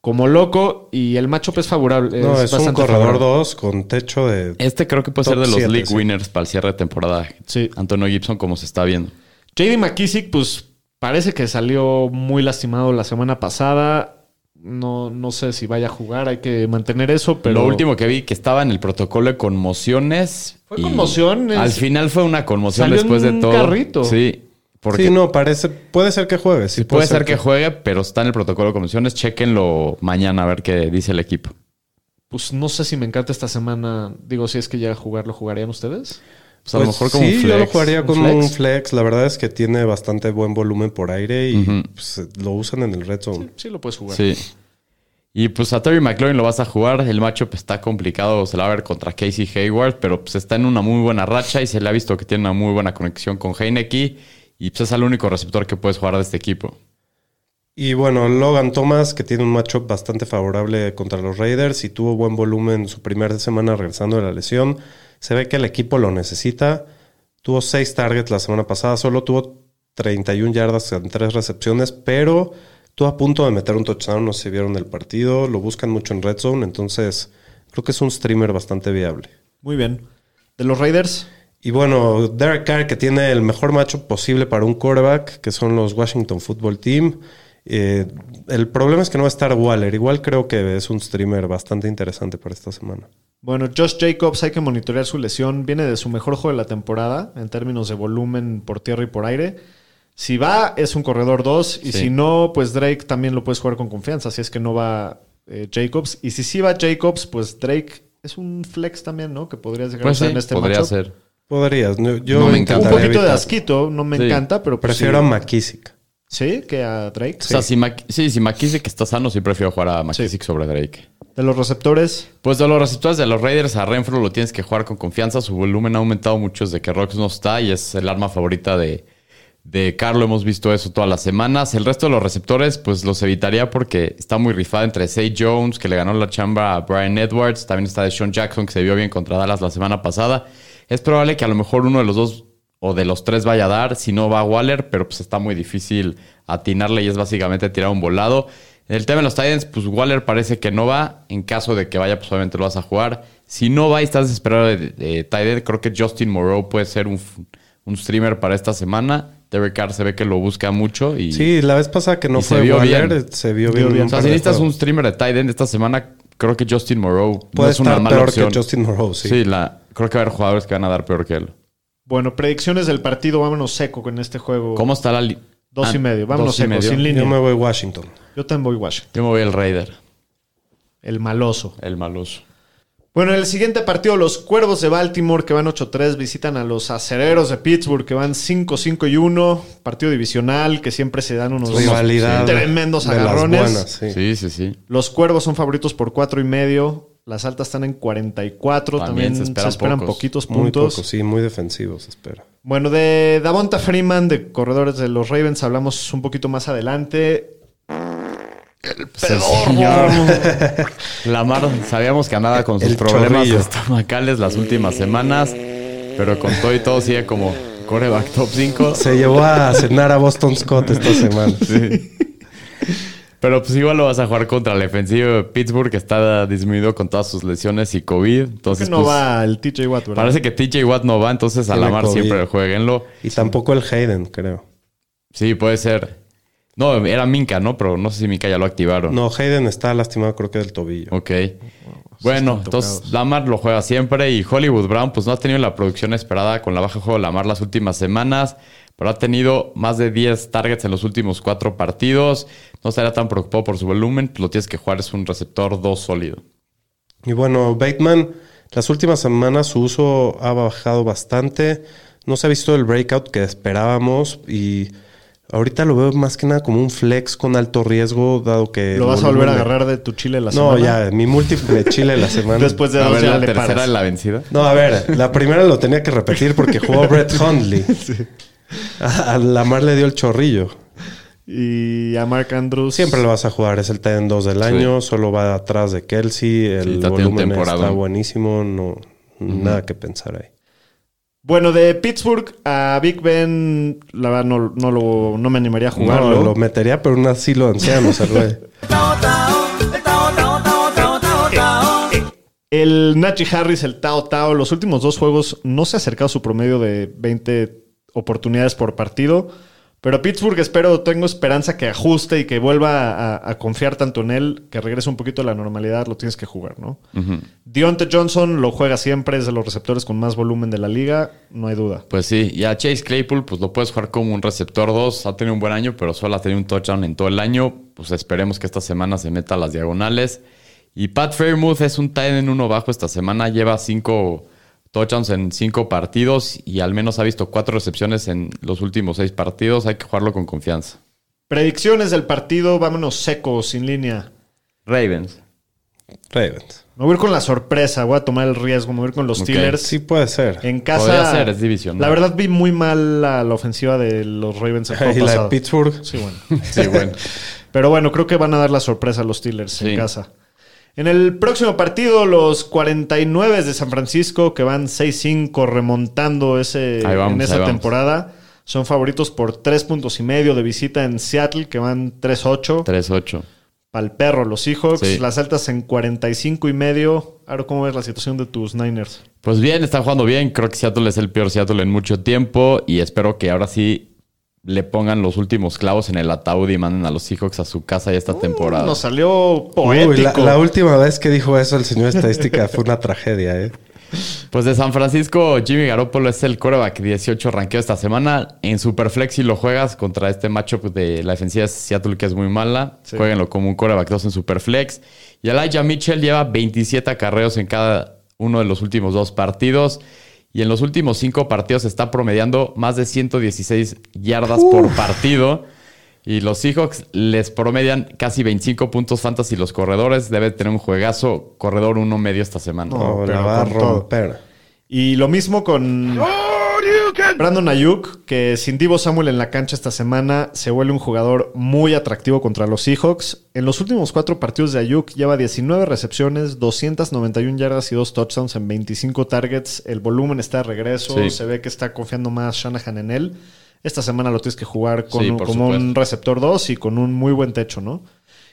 [SPEAKER 1] como loco y el matchup es favorable.
[SPEAKER 2] No, es, un
[SPEAKER 1] bastante
[SPEAKER 2] corredor
[SPEAKER 1] favorable.
[SPEAKER 2] 2 con techo de...
[SPEAKER 3] Este creo que puede
[SPEAKER 2] Top
[SPEAKER 3] ser de los
[SPEAKER 2] siete,
[SPEAKER 3] league
[SPEAKER 2] sí.
[SPEAKER 3] winners para el cierre de temporada.
[SPEAKER 1] Sí.
[SPEAKER 3] Antonio Gibson, como se está viendo.
[SPEAKER 1] JD McKissick, pues parece que salió muy lastimado la semana pasada. No, no sé si vaya a jugar, hay que mantener eso, pero...
[SPEAKER 3] Lo último que vi que estaba en el protocolo de conmociones.
[SPEAKER 1] Fue
[SPEAKER 3] y
[SPEAKER 1] conmociones.
[SPEAKER 3] Al final fue una conmoción
[SPEAKER 1] Salió en
[SPEAKER 3] después
[SPEAKER 1] un
[SPEAKER 3] de todo.
[SPEAKER 1] carrito.
[SPEAKER 3] Sí. Porque
[SPEAKER 2] Sí, no, parece... Puede ser que juegue. Sí,
[SPEAKER 3] puede ser que juegue, pero está en el protocolo de conmociones. Chequenlo mañana a ver qué dice el equipo.
[SPEAKER 1] Pues no sé si me encanta esta semana. Digo, si es que llega a jugar, ¿lo jugarían ustedes?
[SPEAKER 3] Pues a lo
[SPEAKER 2] Pues
[SPEAKER 3] mejor como
[SPEAKER 2] sí,
[SPEAKER 3] un flex.
[SPEAKER 2] yo lo jugaría
[SPEAKER 3] ¿Un
[SPEAKER 2] como
[SPEAKER 3] flex?
[SPEAKER 2] un flex. La verdad es que tiene bastante buen volumen por aire y
[SPEAKER 3] Ujú.
[SPEAKER 2] pues, lo usan en el red zone.
[SPEAKER 1] Sí, lo puedes jugar.
[SPEAKER 3] Sí. Y pues a Terry McLaurin lo vas a jugar. El matchup está complicado. Se la va a ver contra Casey Hayward, pero pues está en una muy buena racha y se le ha visto que tiene una muy buena conexión con Heineke. Y pues es el único receptor que puedes jugar de este equipo.
[SPEAKER 2] Y bueno, Logan Thomas, que tiene un matchup bastante favorable contra los Raiders y tuvo buen volumen su primera semana regresando de la lesión. Se ve que el equipo lo necesita. Tuvo seis targets la semana pasada, solo tuvo 31 yardas en tres recepciones, pero estuvo a punto de meter un touchdown, no se vieron el partido, lo buscan mucho en red zone, entonces creo que es un streamer bastante viable.
[SPEAKER 1] Muy bien. ¿De los Raiders?
[SPEAKER 2] Y bueno, Derek Carr que tiene el mejor matchup posible para un quarterback, que son los Washington Football Team. Eh, el problema es que no va a estar Waller. Igual creo que es un streamer bastante interesante para esta semana.
[SPEAKER 1] Bueno, Josh Jacobs, hay que monitorear su lesión. Viene de su mejor juego de la temporada en términos de volumen por tierra y por aire. Si va, es un corredor 2. Y
[SPEAKER 3] Sí.
[SPEAKER 1] si no, pues Drake también lo puedes jugar con confianza. Si es que no va eh, Jacobs. Y si sí va Jacobs, pues Drake es un flex también, ¿no? Que podrías llegar a
[SPEAKER 3] Pues
[SPEAKER 1] usar
[SPEAKER 3] sí,
[SPEAKER 1] en este
[SPEAKER 3] podría
[SPEAKER 1] matchup.
[SPEAKER 3] ser.
[SPEAKER 2] Podrías. no- Yo
[SPEAKER 3] No me encanta.
[SPEAKER 1] Un
[SPEAKER 2] intentaría
[SPEAKER 1] poquito de
[SPEAKER 2] evitar.
[SPEAKER 1] asquito, no me
[SPEAKER 3] Sí.
[SPEAKER 1] encanta, pero pues
[SPEAKER 2] Prefiero
[SPEAKER 1] sí.
[SPEAKER 2] a McKissick.
[SPEAKER 1] Sí, que a Drake.
[SPEAKER 3] O sea, si Mac- sí, si McKissick está sano, sí prefiero jugar a McKissick sobre Drake.
[SPEAKER 1] De los receptores.
[SPEAKER 3] Pues de los receptores de los Raiders a Renfro lo tienes que jugar con confianza. Su volumen ha aumentado mucho desde que Rocks no está y es el arma favorita de, de Carlo. Hemos visto eso todas las semanas. El resto de los receptores, pues los evitaría porque está muy rifada entre Zay Jones, que le ganó la chamba a Brian Edwards. También está Deshaun Jackson, que se vio bien contra Dallas la semana pasada. Es probable que a lo mejor uno de los dos o de los tres vaya a dar, si no va a Waller, pero pues está muy difícil atinarle y es básicamente tirar un volado. En el tema de los Titans, pues Waller parece que no va. En caso de que vaya, pues obviamente lo vas a jugar. Si no va y estás desesperado de, de tight end, creo que Justin Moreau puede ser un, f- un streamer para esta semana. Derek Carr se ve que lo busca mucho y...
[SPEAKER 2] Sí, la vez pasada que no
[SPEAKER 3] y se
[SPEAKER 2] fue
[SPEAKER 3] vio
[SPEAKER 2] Waller,
[SPEAKER 3] bien.
[SPEAKER 2] se vio
[SPEAKER 1] Vio
[SPEAKER 2] bien.
[SPEAKER 1] bien.
[SPEAKER 3] O sea, si necesitas un streamer de tight end esta semana, creo que Justin Moreau
[SPEAKER 2] Puede
[SPEAKER 3] no es una
[SPEAKER 2] estar
[SPEAKER 3] mala
[SPEAKER 2] peor
[SPEAKER 3] opción.
[SPEAKER 2] que Justin Moreau, sí.
[SPEAKER 3] sí, la, creo que va a haber jugadores que van a dar peor que él.
[SPEAKER 1] Bueno, predicciones del partido, vámonos seco con este juego.
[SPEAKER 3] ¿Cómo está la... li-
[SPEAKER 1] Dos y
[SPEAKER 3] Ah,
[SPEAKER 1] medio, vámonos
[SPEAKER 3] dos y
[SPEAKER 1] seco,
[SPEAKER 3] medio.
[SPEAKER 1] sin línea.
[SPEAKER 2] Yo me voy a Washington.
[SPEAKER 1] Yo también voy Washington,
[SPEAKER 3] Yo me voy al Raider,
[SPEAKER 1] el maloso.
[SPEAKER 3] el maloso.
[SPEAKER 1] Bueno, en el siguiente partido, los Cuervos de Baltimore, que van 8-3, visitan a los Acereros de Pittsburgh, que van 5-5 y 1. Partido divisional, que siempre se dan unos
[SPEAKER 2] Rivalidad.
[SPEAKER 1] tremendos
[SPEAKER 2] de las
[SPEAKER 1] agarrones.
[SPEAKER 2] buenas, sí.
[SPEAKER 3] Sí, sí, sí.
[SPEAKER 1] Los Cuervos son favoritos por 4 y medio. Las altas están en 44. También, se esperan,
[SPEAKER 3] pocos.
[SPEAKER 1] poquitos
[SPEAKER 2] Muy
[SPEAKER 1] puntos.
[SPEAKER 2] pocos, sí, muy defensivos, espera.
[SPEAKER 1] Bueno, de Davonta Freeman, de corredores de los Ravens, hablamos un poquito más adelante.
[SPEAKER 3] Lamar, sabíamos que andaba con sus
[SPEAKER 2] El
[SPEAKER 3] problemas
[SPEAKER 2] chorrillo.
[SPEAKER 3] estomacales las últimas semanas, pero con todo y todo sigue como coreback top 5.
[SPEAKER 2] Se llevó a cenar a Boston Scott esta semana.
[SPEAKER 3] Pero pues igual lo vas a jugar contra el defensivo de Pittsburgh, que está disminuido con todas sus lesiones y COVID.
[SPEAKER 1] Creo
[SPEAKER 3] Entonces,
[SPEAKER 1] que no
[SPEAKER 3] pues,
[SPEAKER 1] va el TJ Watt, ¿verdad?
[SPEAKER 3] parece que TJ Watt no va, entonces a
[SPEAKER 2] Tiene
[SPEAKER 3] Lamar
[SPEAKER 2] COVID.
[SPEAKER 3] siempre jueguenlo.
[SPEAKER 2] Y tampoco el Hayden, creo.
[SPEAKER 3] Sí, puede ser. No, era Minka, ¿no? Pero no sé si Minka ya lo activaron.
[SPEAKER 2] No, Hayden está lastimado, creo que del tobillo.
[SPEAKER 3] Ok. Bueno, entonces Lamar lo juega siempre y Hollywood Brown pues no ha tenido la producción esperada con la baja de juego de Lamar las últimas semanas, pero ha tenido más de 10 targets en los últimos cuatro partidos. No estaría tan preocupado por su volumen, pues lo tienes que jugar, es un receptor 2 sólido.
[SPEAKER 2] Y bueno, Bateman, las últimas semanas su uso ha bajado bastante. No se ha visto el breakout que esperábamos y ahorita lo veo más que nada como un flex con alto riesgo, dado que...
[SPEAKER 1] Lo
[SPEAKER 2] el
[SPEAKER 1] vas a volver a
[SPEAKER 2] volumen-
[SPEAKER 1] agarrar de tu chile la
[SPEAKER 2] No,
[SPEAKER 1] semana.
[SPEAKER 2] ya, mi múltiple chile la semana.
[SPEAKER 1] Después de
[SPEAKER 3] A
[SPEAKER 1] dos
[SPEAKER 3] ver,
[SPEAKER 1] ya
[SPEAKER 3] la
[SPEAKER 1] le
[SPEAKER 3] tercera
[SPEAKER 1] paras.
[SPEAKER 3] de la vencida.
[SPEAKER 2] No, a ver, la primera lo tenía que repetir porque jugó Brett Hundley. A a Lamar le dio el chorrillo.
[SPEAKER 1] Y a Mark Andrews.
[SPEAKER 2] Siempre lo vas a jugar, es el Titan 2 del año, solo va atrás de Kelsey,
[SPEAKER 3] Sí,
[SPEAKER 2] el
[SPEAKER 3] está teniendo
[SPEAKER 2] volumen
[SPEAKER 3] temporada.
[SPEAKER 2] está buenísimo, no nada que pensar ahí.
[SPEAKER 1] Bueno, de Pittsburgh a Big Ben, la verdad no, no lo, no me animaría a
[SPEAKER 2] No,
[SPEAKER 1] jugarlo.
[SPEAKER 2] lo metería, pero en un asilo de ancianos, el güey.
[SPEAKER 7] Tao, tao, tao, tao, tao, tao, tao, tao.
[SPEAKER 1] El Nachi Harris, el Tao Tao, los últimos dos juegos no se ha acercado a su promedio de 20 oportunidades por partido. Pero Pittsburgh espero, tengo esperanza que ajuste y que vuelva a, a confiar tanto en él, que regrese un poquito a la normalidad, lo tienes que jugar, ¿no? Dionte Johnson lo juega siempre, es de los receptores con más volumen de la liga, no hay duda.
[SPEAKER 3] Pues sí, y a Chase Claypool pues lo puedes jugar como un receptor 2, ha tenido un buen año, pero solo ha tenido un touchdown en todo el año, pues esperemos que esta semana se meta a las diagonales. Y Pat Fairmouth es un tight en uno bajo esta semana, lleva cinco touchdowns en cinco partidos y al menos ha visto cuatro recepciones en los últimos seis partidos, hay que jugarlo con confianza.
[SPEAKER 1] Predicciones del partido, vámonos secos, sin línea.
[SPEAKER 3] Ravens.
[SPEAKER 2] Ravens.
[SPEAKER 1] Me voy a ir con la sorpresa, voy a tomar el riesgo, me voy a ir con los
[SPEAKER 3] Ok,
[SPEAKER 1] Steelers.
[SPEAKER 2] Sí puede ser.
[SPEAKER 1] En casa.
[SPEAKER 3] Podría ser, es divisional.
[SPEAKER 1] La verdad vi muy mal la, la ofensiva de los Ravens el juego
[SPEAKER 2] y la de
[SPEAKER 1] pasado.
[SPEAKER 2] Pittsburgh.
[SPEAKER 1] Sí, bueno.
[SPEAKER 3] Sí, bueno.
[SPEAKER 1] Pero bueno, creo que van a dar la sorpresa a los Steelers
[SPEAKER 3] Sí.
[SPEAKER 1] en casa. En el próximo partido, los 49 de San Francisco, que van 6-5 remontando ese,
[SPEAKER 3] Ahí vamos,
[SPEAKER 1] en
[SPEAKER 3] ahí
[SPEAKER 1] esa
[SPEAKER 3] vamos.
[SPEAKER 1] temporada, son favoritos por 3 puntos y medio de visita en Seattle, que van 3-8.
[SPEAKER 3] 3-8.
[SPEAKER 1] Para el perro, los Seahawks,
[SPEAKER 3] Sí.
[SPEAKER 1] las altas en 45 y medio. Ahora, ¿cómo ves la situación de tus Niners?
[SPEAKER 3] Pues bien, está jugando bien. Creo que Seattle es el peor Seattle en mucho tiempo y espero que ahora sí le pongan los últimos clavos en el ataúd y manden a los Seahawks a su casa ya esta temporada.
[SPEAKER 1] Nos salió poético.
[SPEAKER 2] Ah. Uy, la, la última vez que dijo eso el señor estadística fue una tragedia, ¿eh?
[SPEAKER 3] Pues de San Francisco, Jimmy Garoppolo es el coreback 18 ranqueo esta semana. En Superflex si lo juegas contra este matchup de la defensiva de Seattle que es muy mala.
[SPEAKER 1] Sí.
[SPEAKER 3] Jueguenlo como un coreback 2 en Superflex. Y Elijah Mitchell lleva 27 acarreos en cada uno de los últimos dos partidos. Y en los últimos cinco partidos está promediando más de 116 yardas por partido. Y los Seahawks les promedian casi 25 puntos fantasy los corredores. Debe tener un juegazo corredor uno medio esta semana.
[SPEAKER 1] No,
[SPEAKER 2] No,
[SPEAKER 1] pero
[SPEAKER 2] la va a
[SPEAKER 1] con todo.
[SPEAKER 2] romper.
[SPEAKER 1] Y lo mismo con Brandon Ayuk, que sin Divo Samuel en la cancha esta semana se vuelve un jugador muy atractivo contra los Seahawks. En los últimos cuatro partidos de Ayuk lleva 19 recepciones, 291 yardas y dos touchdowns en 25 targets. El volumen está de regreso,
[SPEAKER 3] Sí.
[SPEAKER 1] se ve que está confiando más Shanahan en él. Esta semana lo tienes que jugar con
[SPEAKER 3] Sí,
[SPEAKER 1] un-
[SPEAKER 3] por
[SPEAKER 1] como un
[SPEAKER 3] supuesto.
[SPEAKER 1] receptor 2 y con un muy buen techo, ¿no?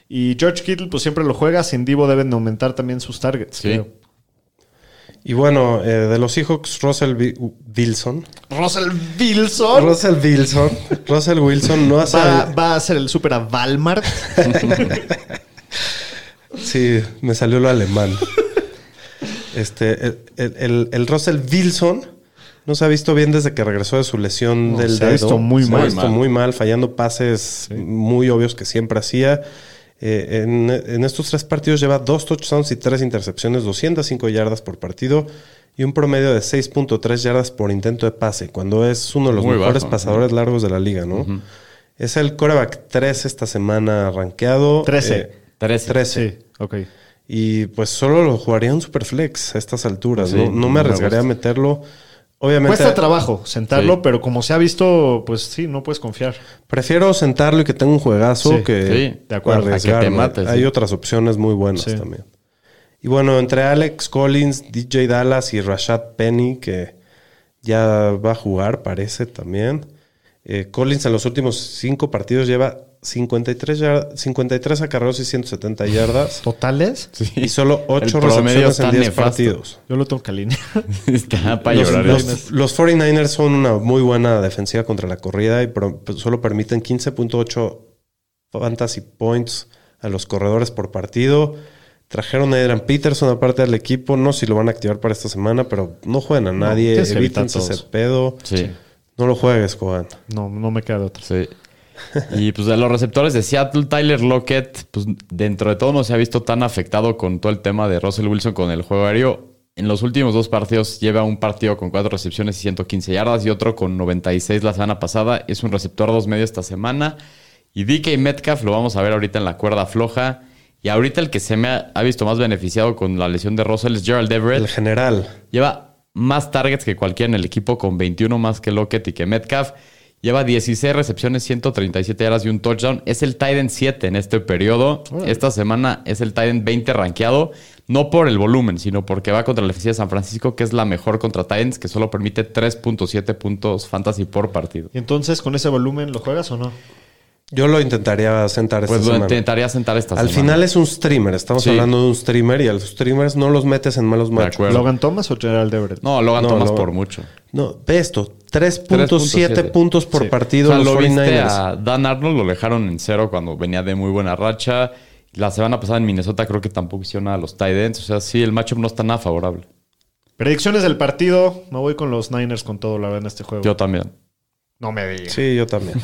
[SPEAKER 1] Y George Kittle pues siempre lo juega, sin Divo deben de aumentar también sus targets.
[SPEAKER 3] Sí.
[SPEAKER 1] creo.
[SPEAKER 2] Y bueno, eh, de los Seahawks, Russell Vi- Wilson.
[SPEAKER 1] Russell Wilson.
[SPEAKER 2] Russell Wilson. Russell Wilson no ha
[SPEAKER 1] Va,
[SPEAKER 2] sabido-
[SPEAKER 1] va a ser el super a Valmart.
[SPEAKER 2] Sí, me salió lo alemán. Este, el, el- el- el Russell Wilson no se ha visto bien desde que regresó de su lesión
[SPEAKER 1] No,
[SPEAKER 2] del
[SPEAKER 1] se ha
[SPEAKER 2] dedo.
[SPEAKER 1] visto muy
[SPEAKER 2] se
[SPEAKER 1] mal.
[SPEAKER 2] Ha visto muy mal, fallando pases muy obvios que siempre hacía. Eh, en, en estos tres partidos lleva dos touchdowns y tres intercepciones, 205 yardas por partido y un promedio de 6.3 yardas por intento de pase, cuando es uno de los
[SPEAKER 3] Muy
[SPEAKER 2] mejores
[SPEAKER 3] bajo.
[SPEAKER 2] pasadores largos de la liga, ¿no? Es el coreback 3 esta semana rankeado. Eh,
[SPEAKER 1] Trece.
[SPEAKER 3] 13.
[SPEAKER 2] 13.
[SPEAKER 1] Sí, ok.
[SPEAKER 2] Y pues solo lo jugaría en Superflex a estas alturas.
[SPEAKER 3] Sí,
[SPEAKER 2] ¿no? No me
[SPEAKER 3] no me
[SPEAKER 2] arriesgaría a meterlo. Obviamente.
[SPEAKER 1] Cuesta trabajo sentarlo,
[SPEAKER 3] Sí.
[SPEAKER 1] pero como se ha visto, pues sí, no puedes confiar.
[SPEAKER 2] Prefiero sentarlo y que tenga un juegazo
[SPEAKER 1] Sí,
[SPEAKER 2] que
[SPEAKER 3] sí,
[SPEAKER 1] de acuerdo.
[SPEAKER 2] arriesgarme.
[SPEAKER 3] A que te mates,
[SPEAKER 2] Hay
[SPEAKER 3] sí.
[SPEAKER 2] otras opciones muy buenas
[SPEAKER 1] Sí.
[SPEAKER 2] también. Y bueno, entre Alex Collins, DJ Dallas y Rashad Penny, que ya va a jugar, parece también. Eh, Collins en los últimos cinco partidos lleva 53, yar- 53 acarreos y 170 yardas.
[SPEAKER 1] ¿Totales?
[SPEAKER 2] Y solo 8
[SPEAKER 3] El promedio
[SPEAKER 2] recepciones en
[SPEAKER 3] está
[SPEAKER 2] 10
[SPEAKER 3] nefasto.
[SPEAKER 2] partidos.
[SPEAKER 1] Yo lo tengo que alinear.
[SPEAKER 3] Está para
[SPEAKER 2] Los,
[SPEAKER 3] llorar. ¿eh?
[SPEAKER 2] los- los 49ers son una muy buena defensiva contra la corrida y pro- pues, solo permiten 15.8 fantasy points a los corredores por partido. Trajeron a Adrian Peterson aparte del equipo. No sé si lo van a activar para esta semana, pero no juegan a nadie.
[SPEAKER 1] tienes que evitar
[SPEAKER 2] Evítense ese
[SPEAKER 1] todos.
[SPEAKER 2] pedo.
[SPEAKER 3] Sí.
[SPEAKER 2] No lo juegues, Cogan.
[SPEAKER 1] No, no me queda de otra.
[SPEAKER 3] Sí. Y pues de los receptores de Seattle, Tyler Lockett, pues dentro de todo no se ha visto tan afectado con todo el tema de Russell Wilson con el juego aéreo. En los últimos dos partidos lleva un partido con cuatro recepciones y 115 yardas y otro con 96 la semana pasada. Es un receptor dos medio esta semana. Y DK Metcalf lo vamos a ver ahorita en la cuerda floja. Y ahorita el que se me ha, ha visto más beneficiado con la lesión de Russell es Gerald Everett.
[SPEAKER 2] El general.
[SPEAKER 3] Lleva más targets que cualquiera en el equipo, con 21 más que Lockett y que Metcalf. Lleva 16 recepciones, 137 yardas y un touchdown. Es el Titan 7 en este periodo. Esta semana es el Titan 20 rankeado. No por el volumen, sino porque va contra la defensiva de San Francisco, que es la mejor contra Titans, que solo permite 3.7 puntos fantasy por partido.
[SPEAKER 1] ¿Y entonces con ese volumen lo juegas o no?
[SPEAKER 2] Yo lo intentaría sentar esta
[SPEAKER 3] Pues lo
[SPEAKER 2] semana.
[SPEAKER 3] intentaría sentar esta
[SPEAKER 2] Al
[SPEAKER 3] semana.
[SPEAKER 2] final es un streamer. Estamos
[SPEAKER 3] Sí.
[SPEAKER 2] hablando de un streamer y a los streamers no los metes en malos matchups.
[SPEAKER 3] acuerdo. Pero-
[SPEAKER 1] ¿Logan Thomas o Gerald Everett?
[SPEAKER 3] No, Logan
[SPEAKER 2] No,
[SPEAKER 3] Thomas
[SPEAKER 2] Logan.
[SPEAKER 3] por mucho.
[SPEAKER 2] No, ve esto. 3.7
[SPEAKER 3] 3.7.
[SPEAKER 2] puntos por
[SPEAKER 1] Sí.
[SPEAKER 3] O
[SPEAKER 2] partido
[SPEAKER 3] sea,
[SPEAKER 2] los
[SPEAKER 3] lo viste
[SPEAKER 2] 49ers.
[SPEAKER 3] a Dan Arnold, lo dejaron en cero cuando venía de muy buena racha. La semana pasada en Minnesota creo que tampoco hicieron nada a los tight ends. O sea, sí, el matchup no está nada favorable.
[SPEAKER 1] Predicciones del partido. Me voy con los Niners con todo, la verdad, en este juego.
[SPEAKER 3] Yo también.
[SPEAKER 1] no me digas.
[SPEAKER 2] Sí, yo también.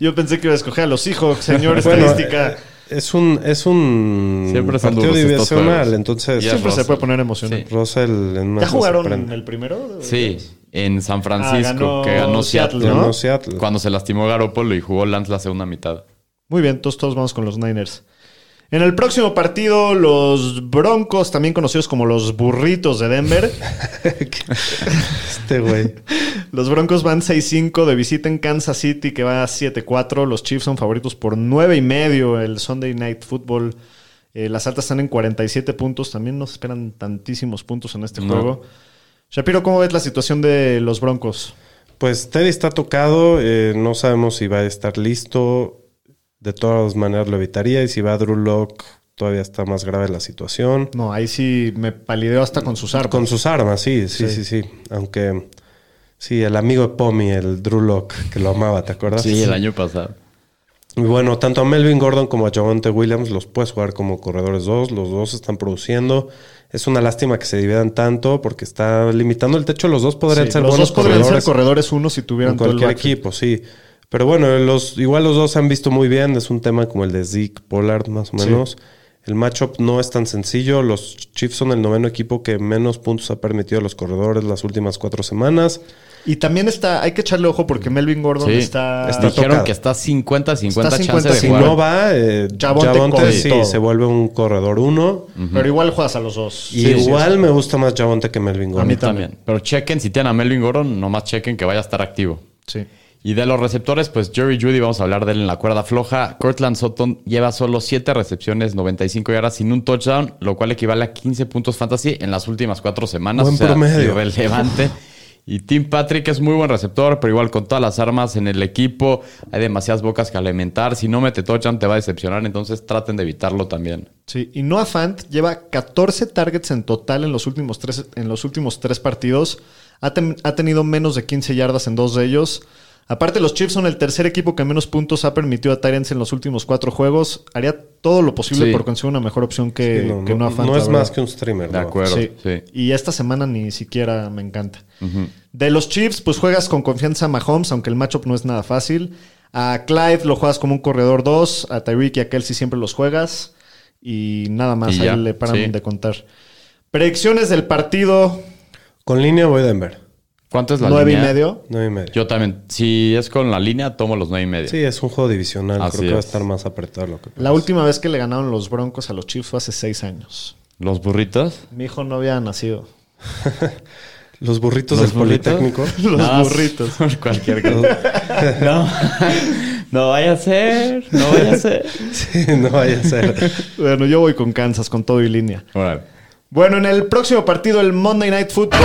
[SPEAKER 1] Yo pensé que iba a escoger a los Seahawks, señor
[SPEAKER 2] Bueno,
[SPEAKER 1] estadística.
[SPEAKER 2] eh, es un, es un
[SPEAKER 3] Siempre son
[SPEAKER 2] partido
[SPEAKER 3] duros estos
[SPEAKER 2] divisional,
[SPEAKER 3] juegos.
[SPEAKER 2] entonces
[SPEAKER 3] Ya.
[SPEAKER 1] Siempre se
[SPEAKER 3] Russell.
[SPEAKER 1] puede poner emocionante.
[SPEAKER 2] Russell en una
[SPEAKER 1] ¿Ya
[SPEAKER 2] se
[SPEAKER 1] jugaron
[SPEAKER 2] prende.
[SPEAKER 1] el primero?
[SPEAKER 3] Sí, en San
[SPEAKER 1] Ah,
[SPEAKER 3] Francisco,
[SPEAKER 1] ganó
[SPEAKER 3] que ganó
[SPEAKER 1] Seattle,
[SPEAKER 3] Seattle.
[SPEAKER 2] Ganó
[SPEAKER 1] ¿no?
[SPEAKER 2] Seattle.
[SPEAKER 3] Cuando se lastimó Garoppolo y jugó Lance la segunda mitad.
[SPEAKER 1] Muy bien, entonces todos vamos con los Niners. En el próximo partido, los Broncos, también conocidos como los burritos de Denver,
[SPEAKER 2] Este güey.
[SPEAKER 1] los Broncos van 6-5 de visita en Kansas City, que va a 7-4. Los Chiefs son favoritos por 9 y medio el Sunday Night Football. Eh, las altas están en 47 puntos. También nos esperan tantísimos puntos en este
[SPEAKER 3] No.
[SPEAKER 1] juego. Shapiro, ¿cómo ves la situación de los Broncos?
[SPEAKER 2] Pues Teddy está tocado, eh, no sabemos si va a estar listo. De todas maneras lo evitaría y si va Drew Locke todavía está más grave la situación.
[SPEAKER 1] No, ahí sí me palideo hasta con sus armas.
[SPEAKER 2] Con sus armas, sí, sí, sí, sí. Aunque sí, el amigo de Pomi, el Drew Locke, que lo amaba, ¿te acuerdas?
[SPEAKER 3] Sí, el año pasado.
[SPEAKER 2] Y bueno, tanto a Melvin Gordon como a Javonte Williams los puedes jugar como corredores dos. Los dos están produciendo. Es una lástima que se dividan tanto porque está limitando el techo. Los dos podrían
[SPEAKER 1] Sí,
[SPEAKER 2] ser
[SPEAKER 1] los
[SPEAKER 2] buenos
[SPEAKER 1] dos podrían
[SPEAKER 2] corredores
[SPEAKER 1] ser corredores uno si tuvieran
[SPEAKER 2] en
[SPEAKER 1] todo el
[SPEAKER 2] cualquier
[SPEAKER 1] backfield.
[SPEAKER 2] equipo, sí. Pero bueno, los, igual los dos se han visto muy bien. Es un tema como el de Zeke Pollard, más o
[SPEAKER 1] Sí.
[SPEAKER 2] menos. El matchup no es tan sencillo. Los Chiefs son el noveno equipo que menos puntos ha permitido a los corredores las últimas cuatro semanas.
[SPEAKER 1] Y también está, hay que echarle ojo porque Melvin Gordon
[SPEAKER 3] Sí.
[SPEAKER 1] está,
[SPEAKER 2] Está
[SPEAKER 3] Dijeron
[SPEAKER 2] tocado.
[SPEAKER 3] que está 50-50
[SPEAKER 1] Está
[SPEAKER 3] chance de
[SPEAKER 2] Si
[SPEAKER 1] 50-50.
[SPEAKER 3] jugar.
[SPEAKER 2] no va, eh,
[SPEAKER 1] Javonte
[SPEAKER 2] Javonte
[SPEAKER 1] con
[SPEAKER 2] sí,
[SPEAKER 1] todo.
[SPEAKER 2] se vuelve un corredor uno.
[SPEAKER 1] pero igual juegas a los dos.
[SPEAKER 2] Y igual me gusta más Javonte que Melvin
[SPEAKER 3] a
[SPEAKER 2] Gordon.
[SPEAKER 3] mí también. Pero chequen, si tienen a Melvin Gordon, nomás chequen que vaya a estar activo.
[SPEAKER 1] Sí.
[SPEAKER 3] Y de los receptores, pues Jerry Judy, vamos a hablar de él en la cuerda floja. Cortland Sutton lleva solo 7 recepciones, 95 yardas sin un touchdown, lo cual equivale a 15 puntos fantasy en las últimas 4 semanas.
[SPEAKER 2] Buen promedio.
[SPEAKER 3] Irrelevante. Y Tim Patrick es muy buen receptor, pero igual con todas las armas en el equipo, hay demasiadas bocas que alimentar. Si no mete touchdown, te va a decepcionar, entonces traten de evitarlo también.
[SPEAKER 1] Sí, y Noah Fant lleva 14 targets en total en los últimos tres, en los últimos tres partidos. Ha, ten- ha tenido menos de 15 yardas en dos de ellos. Aparte, los Chiefs son el tercer equipo que menos puntos ha permitido a Tyrants en los últimos cuatro juegos. Haría todo lo posible
[SPEAKER 3] Sí.
[SPEAKER 1] por conseguir una mejor opción que,
[SPEAKER 2] Sí,
[SPEAKER 1] no,
[SPEAKER 2] no,
[SPEAKER 1] que
[SPEAKER 2] no-
[SPEAKER 1] Noah Fant.
[SPEAKER 2] no
[SPEAKER 1] la
[SPEAKER 2] es
[SPEAKER 1] verdad.
[SPEAKER 2] más que un streamer.
[SPEAKER 3] De
[SPEAKER 2] ¿no?
[SPEAKER 3] acuerdo.
[SPEAKER 1] Sí.
[SPEAKER 3] sí.
[SPEAKER 1] Y esta semana ni siquiera me encanta. De los Chiefs, pues juegas con confianza a Mahomes, aunque el matchup no es nada fácil. A Clyde lo juegas como un corredor 2. A Tyreek y a Kelsey siempre los juegas. Y nada más,
[SPEAKER 3] Y
[SPEAKER 1] ahí
[SPEAKER 3] ya,
[SPEAKER 1] le paran
[SPEAKER 3] sí.
[SPEAKER 1] de contar. Predicciones del partido:
[SPEAKER 2] Con línea voy Denver.
[SPEAKER 3] ¿Cuánto es la
[SPEAKER 1] 9 y
[SPEAKER 3] línea?
[SPEAKER 1] medio.
[SPEAKER 2] No y medio.
[SPEAKER 3] Yo también. Si es con la línea, tomo los 9 y medio.
[SPEAKER 2] Sí, es un juego divisional.
[SPEAKER 3] Así
[SPEAKER 2] Creo que va a
[SPEAKER 3] es.
[SPEAKER 2] estar más apretado. Lo que
[SPEAKER 1] La última vez que le ganaron los Broncos a los Chiefs fue hace 6 años.
[SPEAKER 3] ¿Los burritos?
[SPEAKER 1] Mi hijo no había nacido.
[SPEAKER 2] Los burritos
[SPEAKER 3] ¿Los
[SPEAKER 2] del
[SPEAKER 3] burritos?
[SPEAKER 2] Politécnico.
[SPEAKER 1] Los
[SPEAKER 3] No,
[SPEAKER 1] burritos.
[SPEAKER 3] Cualquier cosa. No, no vaya a ser, no vaya a ser.
[SPEAKER 2] Sí, no vaya a ser.
[SPEAKER 1] Bueno, yo voy con Kansas, con todo y línea.
[SPEAKER 3] Órale.
[SPEAKER 1] Bueno, en el próximo partido, el Monday Night Football.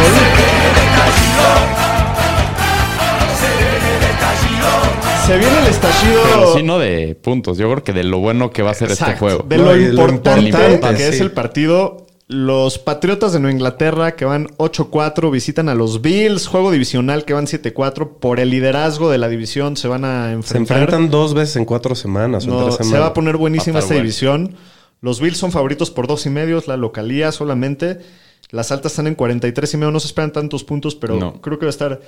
[SPEAKER 1] Se viene el estallido.
[SPEAKER 3] Pero sí, no de puntos. Yo creo que de lo bueno que va a ser este
[SPEAKER 1] Exacto.
[SPEAKER 3] juego.
[SPEAKER 1] De
[SPEAKER 2] No,
[SPEAKER 1] lo
[SPEAKER 2] y lo
[SPEAKER 1] importante,
[SPEAKER 2] importante,
[SPEAKER 1] que es
[SPEAKER 2] sí.
[SPEAKER 1] el partido. Los Patriotas de Nueva Inglaterra que van 8-4 visitan a los Bills, juego divisional que van 7-4 por el liderazgo de la división se van a enfrentar.
[SPEAKER 2] Se enfrentan dos veces en cuatro semanas o en
[SPEAKER 1] No,
[SPEAKER 2] tres semanas.
[SPEAKER 1] se va a poner buenísima
[SPEAKER 3] Va a
[SPEAKER 1] esta
[SPEAKER 3] estar bueno.
[SPEAKER 1] división. Los Bills son favoritos por dos y medio, es la localía solamente. Las altas están en 43 y medio, no se esperan tantos puntos, pero
[SPEAKER 3] No.
[SPEAKER 1] creo que va a estar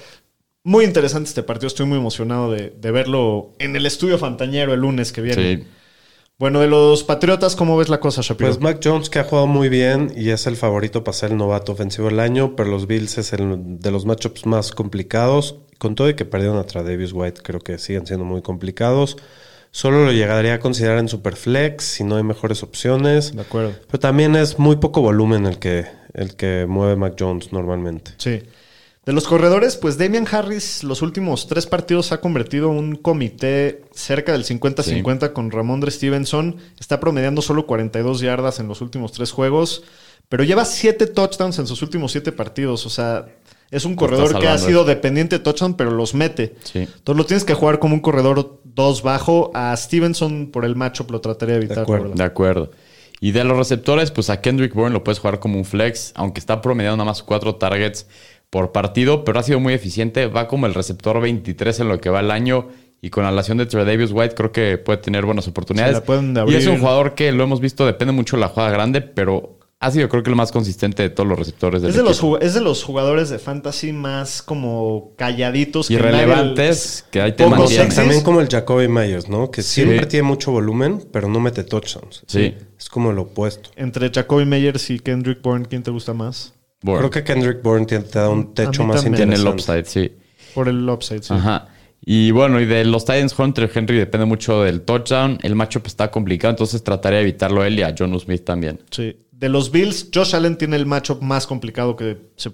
[SPEAKER 1] muy interesante este partido. Estoy muy emocionado de, de verlo en el estudio Fantañero el lunes que viene.
[SPEAKER 3] Sí.
[SPEAKER 1] Bueno, de los Patriotas, ¿cómo ves la cosa, Shapiro?
[SPEAKER 2] Pues Mac Jones que ha jugado muy bien y es el favorito para ser el novato ofensivo del año, pero los Bills es el de los matchups más complicados. Con todo y que perdieron a Travis White, creo que siguen siendo muy complicados. Solo lo llegaría a considerar en Superflex si no hay mejores opciones.
[SPEAKER 1] de acuerdo.
[SPEAKER 2] Pero también es muy poco volumen el que, el que mueve Mac Jones normalmente.
[SPEAKER 1] Sí. De los corredores, pues Damian Harris los últimos tres partidos ha convertido un comité cerca del 50-50 con Ramondre Stevenson. Está promediando solo 42 yardas en los últimos tres juegos, pero lleva siete touchdowns en sus últimos siete partidos. O sea, es un corredor que ha
[SPEAKER 3] salvando.
[SPEAKER 1] sido dependiente de touchdown, pero los mete.
[SPEAKER 3] Sí.
[SPEAKER 1] Entonces lo tienes que jugar como un corredor dos bajo. A Stevenson por el matchup lo trataré de evitar. la
[SPEAKER 2] acuerdo.
[SPEAKER 1] verdad.
[SPEAKER 3] De acuerdo. Y de los receptores, pues a Kendrick Bourne lo puedes jugar como un flex, aunque está promediando nada más cuatro targets por partido, pero ha sido muy eficiente. Va como el receptor 23 en lo que va el año. Y con la relación de Tredavious White, creo que puede tener buenas oportunidades.
[SPEAKER 1] Se la pueden
[SPEAKER 3] y es un
[SPEAKER 1] abrir.
[SPEAKER 3] jugador que lo hemos visto, depende mucho de la jugada grande, pero ha sido, creo que, el más consistente de todos los receptores del
[SPEAKER 1] Es de, los,
[SPEAKER 3] equipo.
[SPEAKER 1] ju- es de los jugadores de fantasy más como calladitos. que nadie-
[SPEAKER 3] Irrelevantes, que ahí te
[SPEAKER 1] Poco
[SPEAKER 3] mantienen.
[SPEAKER 1] sexy.
[SPEAKER 2] También como el Jacoby Myers, ¿no? Que siempre tiene mucho volumen, pero no mete touchdowns.
[SPEAKER 3] Sí.
[SPEAKER 2] Es como lo opuesto.
[SPEAKER 1] Entre Jacoby Meyers y Kendrick Bourne, ¿quién te gusta más?
[SPEAKER 3] Bourne.
[SPEAKER 2] Creo que Kendrick Bourne te, te da un techo
[SPEAKER 1] mí
[SPEAKER 2] más
[SPEAKER 1] también.
[SPEAKER 3] tiene
[SPEAKER 2] interesante.
[SPEAKER 3] el upside, sí.
[SPEAKER 1] Por el upside, sí.
[SPEAKER 3] Ajá. Y bueno, y de los Titans, Hunter Henry depende mucho del touchdown. El matchup está complicado, entonces trataré de evitarlo a él y a John Smith también.
[SPEAKER 1] Sí. De los Bills, Josh Allen tiene el matchup más complicado que se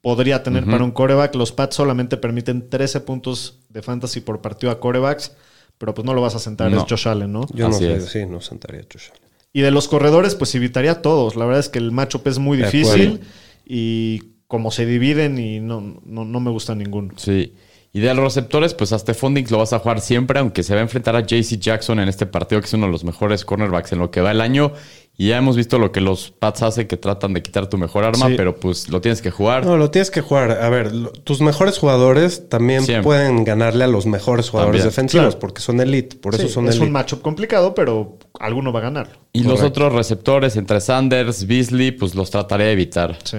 [SPEAKER 1] podría tener para un coreback. Los Pats solamente permiten 13 puntos de fantasy por partido a corebacks, pero pues no lo vas a sentar,
[SPEAKER 3] No.
[SPEAKER 1] es Josh Allen, ¿no?
[SPEAKER 2] Yo no
[SPEAKER 3] Así
[SPEAKER 2] sé,
[SPEAKER 3] es.
[SPEAKER 2] sí, no sentaría a Josh Allen.
[SPEAKER 1] Y de los corredores, pues evitaría a todos. La verdad es que el matchup es muy
[SPEAKER 2] De
[SPEAKER 1] difícil
[SPEAKER 2] acuerdo.
[SPEAKER 1] y como se dividen y no, no, no me gusta ninguno.
[SPEAKER 3] Sí. Y de los receptores, pues a Stephon Dix lo vas a jugar siempre, aunque se va a enfrentar a JC Jackson en este partido, que es uno de los mejores cornerbacks en lo que va el año. Y ya hemos visto lo que los Pats hacen, que tratan de quitar tu mejor arma,
[SPEAKER 1] Sí.
[SPEAKER 3] pero pues lo tienes que jugar.
[SPEAKER 2] No, lo tienes que jugar. A ver, lo- tus mejores jugadores también
[SPEAKER 3] Siempre.
[SPEAKER 2] pueden ganarle a los mejores jugadores
[SPEAKER 3] También.
[SPEAKER 2] defensivos
[SPEAKER 1] Claro.
[SPEAKER 2] porque son elite. Por eso
[SPEAKER 1] Sí,
[SPEAKER 2] son
[SPEAKER 1] es
[SPEAKER 2] elite.
[SPEAKER 1] un matchup complicado, pero alguno va a ganarlo.
[SPEAKER 3] y los otros receptores, entre Sanders, Beasley, pues los trataré de evitar.
[SPEAKER 1] Sí.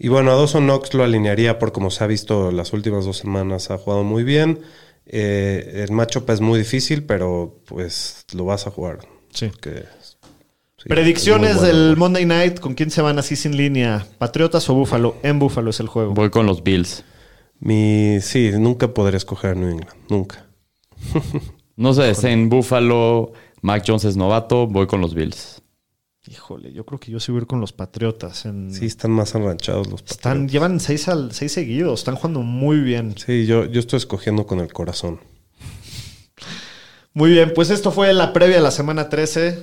[SPEAKER 2] y bueno, a Dawson Knox lo alinearía por como se ha visto las últimas dos semanas. Ha jugado muy bien. Eh, el matchup es muy difícil, pero pues lo vas a jugar.
[SPEAKER 1] Sí.
[SPEAKER 2] porque- sí,
[SPEAKER 1] Predicciones
[SPEAKER 2] es muy bueno.
[SPEAKER 1] del Monday Night. ¿Con quién se van así sin línea? ¿Patriotas o Búfalo? En Búfalo es el juego.
[SPEAKER 3] Voy con los Bills.
[SPEAKER 2] Mi, sí, nunca podría escoger a New England. Nunca.
[SPEAKER 3] No sé, es en Buffalo, Mac Jones es novato, voy con los Bills.
[SPEAKER 1] Híjole, yo creo que yo sí voy a ir con los Patriotas. en-
[SPEAKER 2] Sí, están más enranchados los
[SPEAKER 1] Mm. están,
[SPEAKER 2] Patriots.
[SPEAKER 1] llevan seis, al, seis seguidos. Están jugando muy bien.
[SPEAKER 2] Sí, yo, yo estoy escogiendo con el corazón.
[SPEAKER 1] Muy bien, pues esto fue la previa de la semana 13.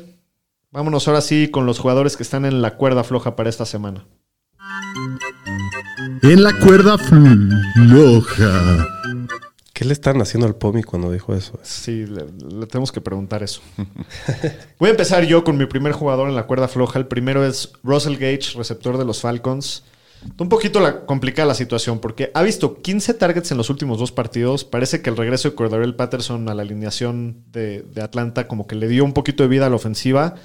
[SPEAKER 1] Vámonos ahora sí con los jugadores que están en la cuerda floja para esta semana.
[SPEAKER 5] En la cuerda floja.
[SPEAKER 2] ¿Qué le están haciendo al Pomi cuando dijo eso?
[SPEAKER 1] pues. Sí, le, le tenemos que preguntar eso. Voy a empezar yo con mi primer jugador en la cuerda floja. El primero es Russell Gage, receptor de los Falcons. Está Un poquito la, complicada la situación porque ha visto 15 targets en los últimos dos partidos. Parece que el regreso de Cordarel Patterson a la alineación de, de Atlanta como que le dio un poquito de vida a la ofensiva.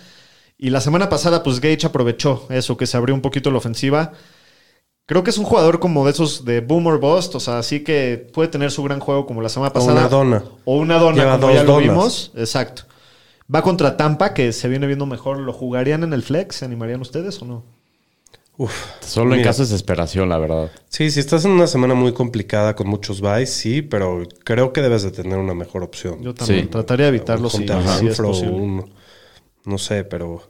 [SPEAKER 1] Y la semana pasada, pues Gage aprovechó eso, que se abrió un poquito la ofensiva. Creo que es un jugador como de esos de Boomer Bust, o sea, así que puede tener su gran juego como la semana
[SPEAKER 2] O
[SPEAKER 1] pasada.
[SPEAKER 2] una dona.
[SPEAKER 1] O una dona,
[SPEAKER 2] Lleva
[SPEAKER 1] como
[SPEAKER 2] dos
[SPEAKER 1] ya lo
[SPEAKER 2] donas.
[SPEAKER 1] vimos. Exacto. Va contra Tampa, que se viene viendo mejor. ¿Lo jugarían en el flex? ¿Se animarían ustedes o no?
[SPEAKER 2] Uf.
[SPEAKER 3] Solo en
[SPEAKER 2] Mira,
[SPEAKER 3] caso de desesperación, la verdad.
[SPEAKER 2] Sí, si estás en una semana muy complicada con muchos buys, sí, pero creo que debes de tener una mejor opción.
[SPEAKER 1] Yo también.
[SPEAKER 3] Sí.
[SPEAKER 1] Trataría de evitarlo
[SPEAKER 2] Un
[SPEAKER 1] si,
[SPEAKER 2] Hunter
[SPEAKER 1] si es
[SPEAKER 2] Renfro,
[SPEAKER 1] posible.
[SPEAKER 2] un- no sé, pero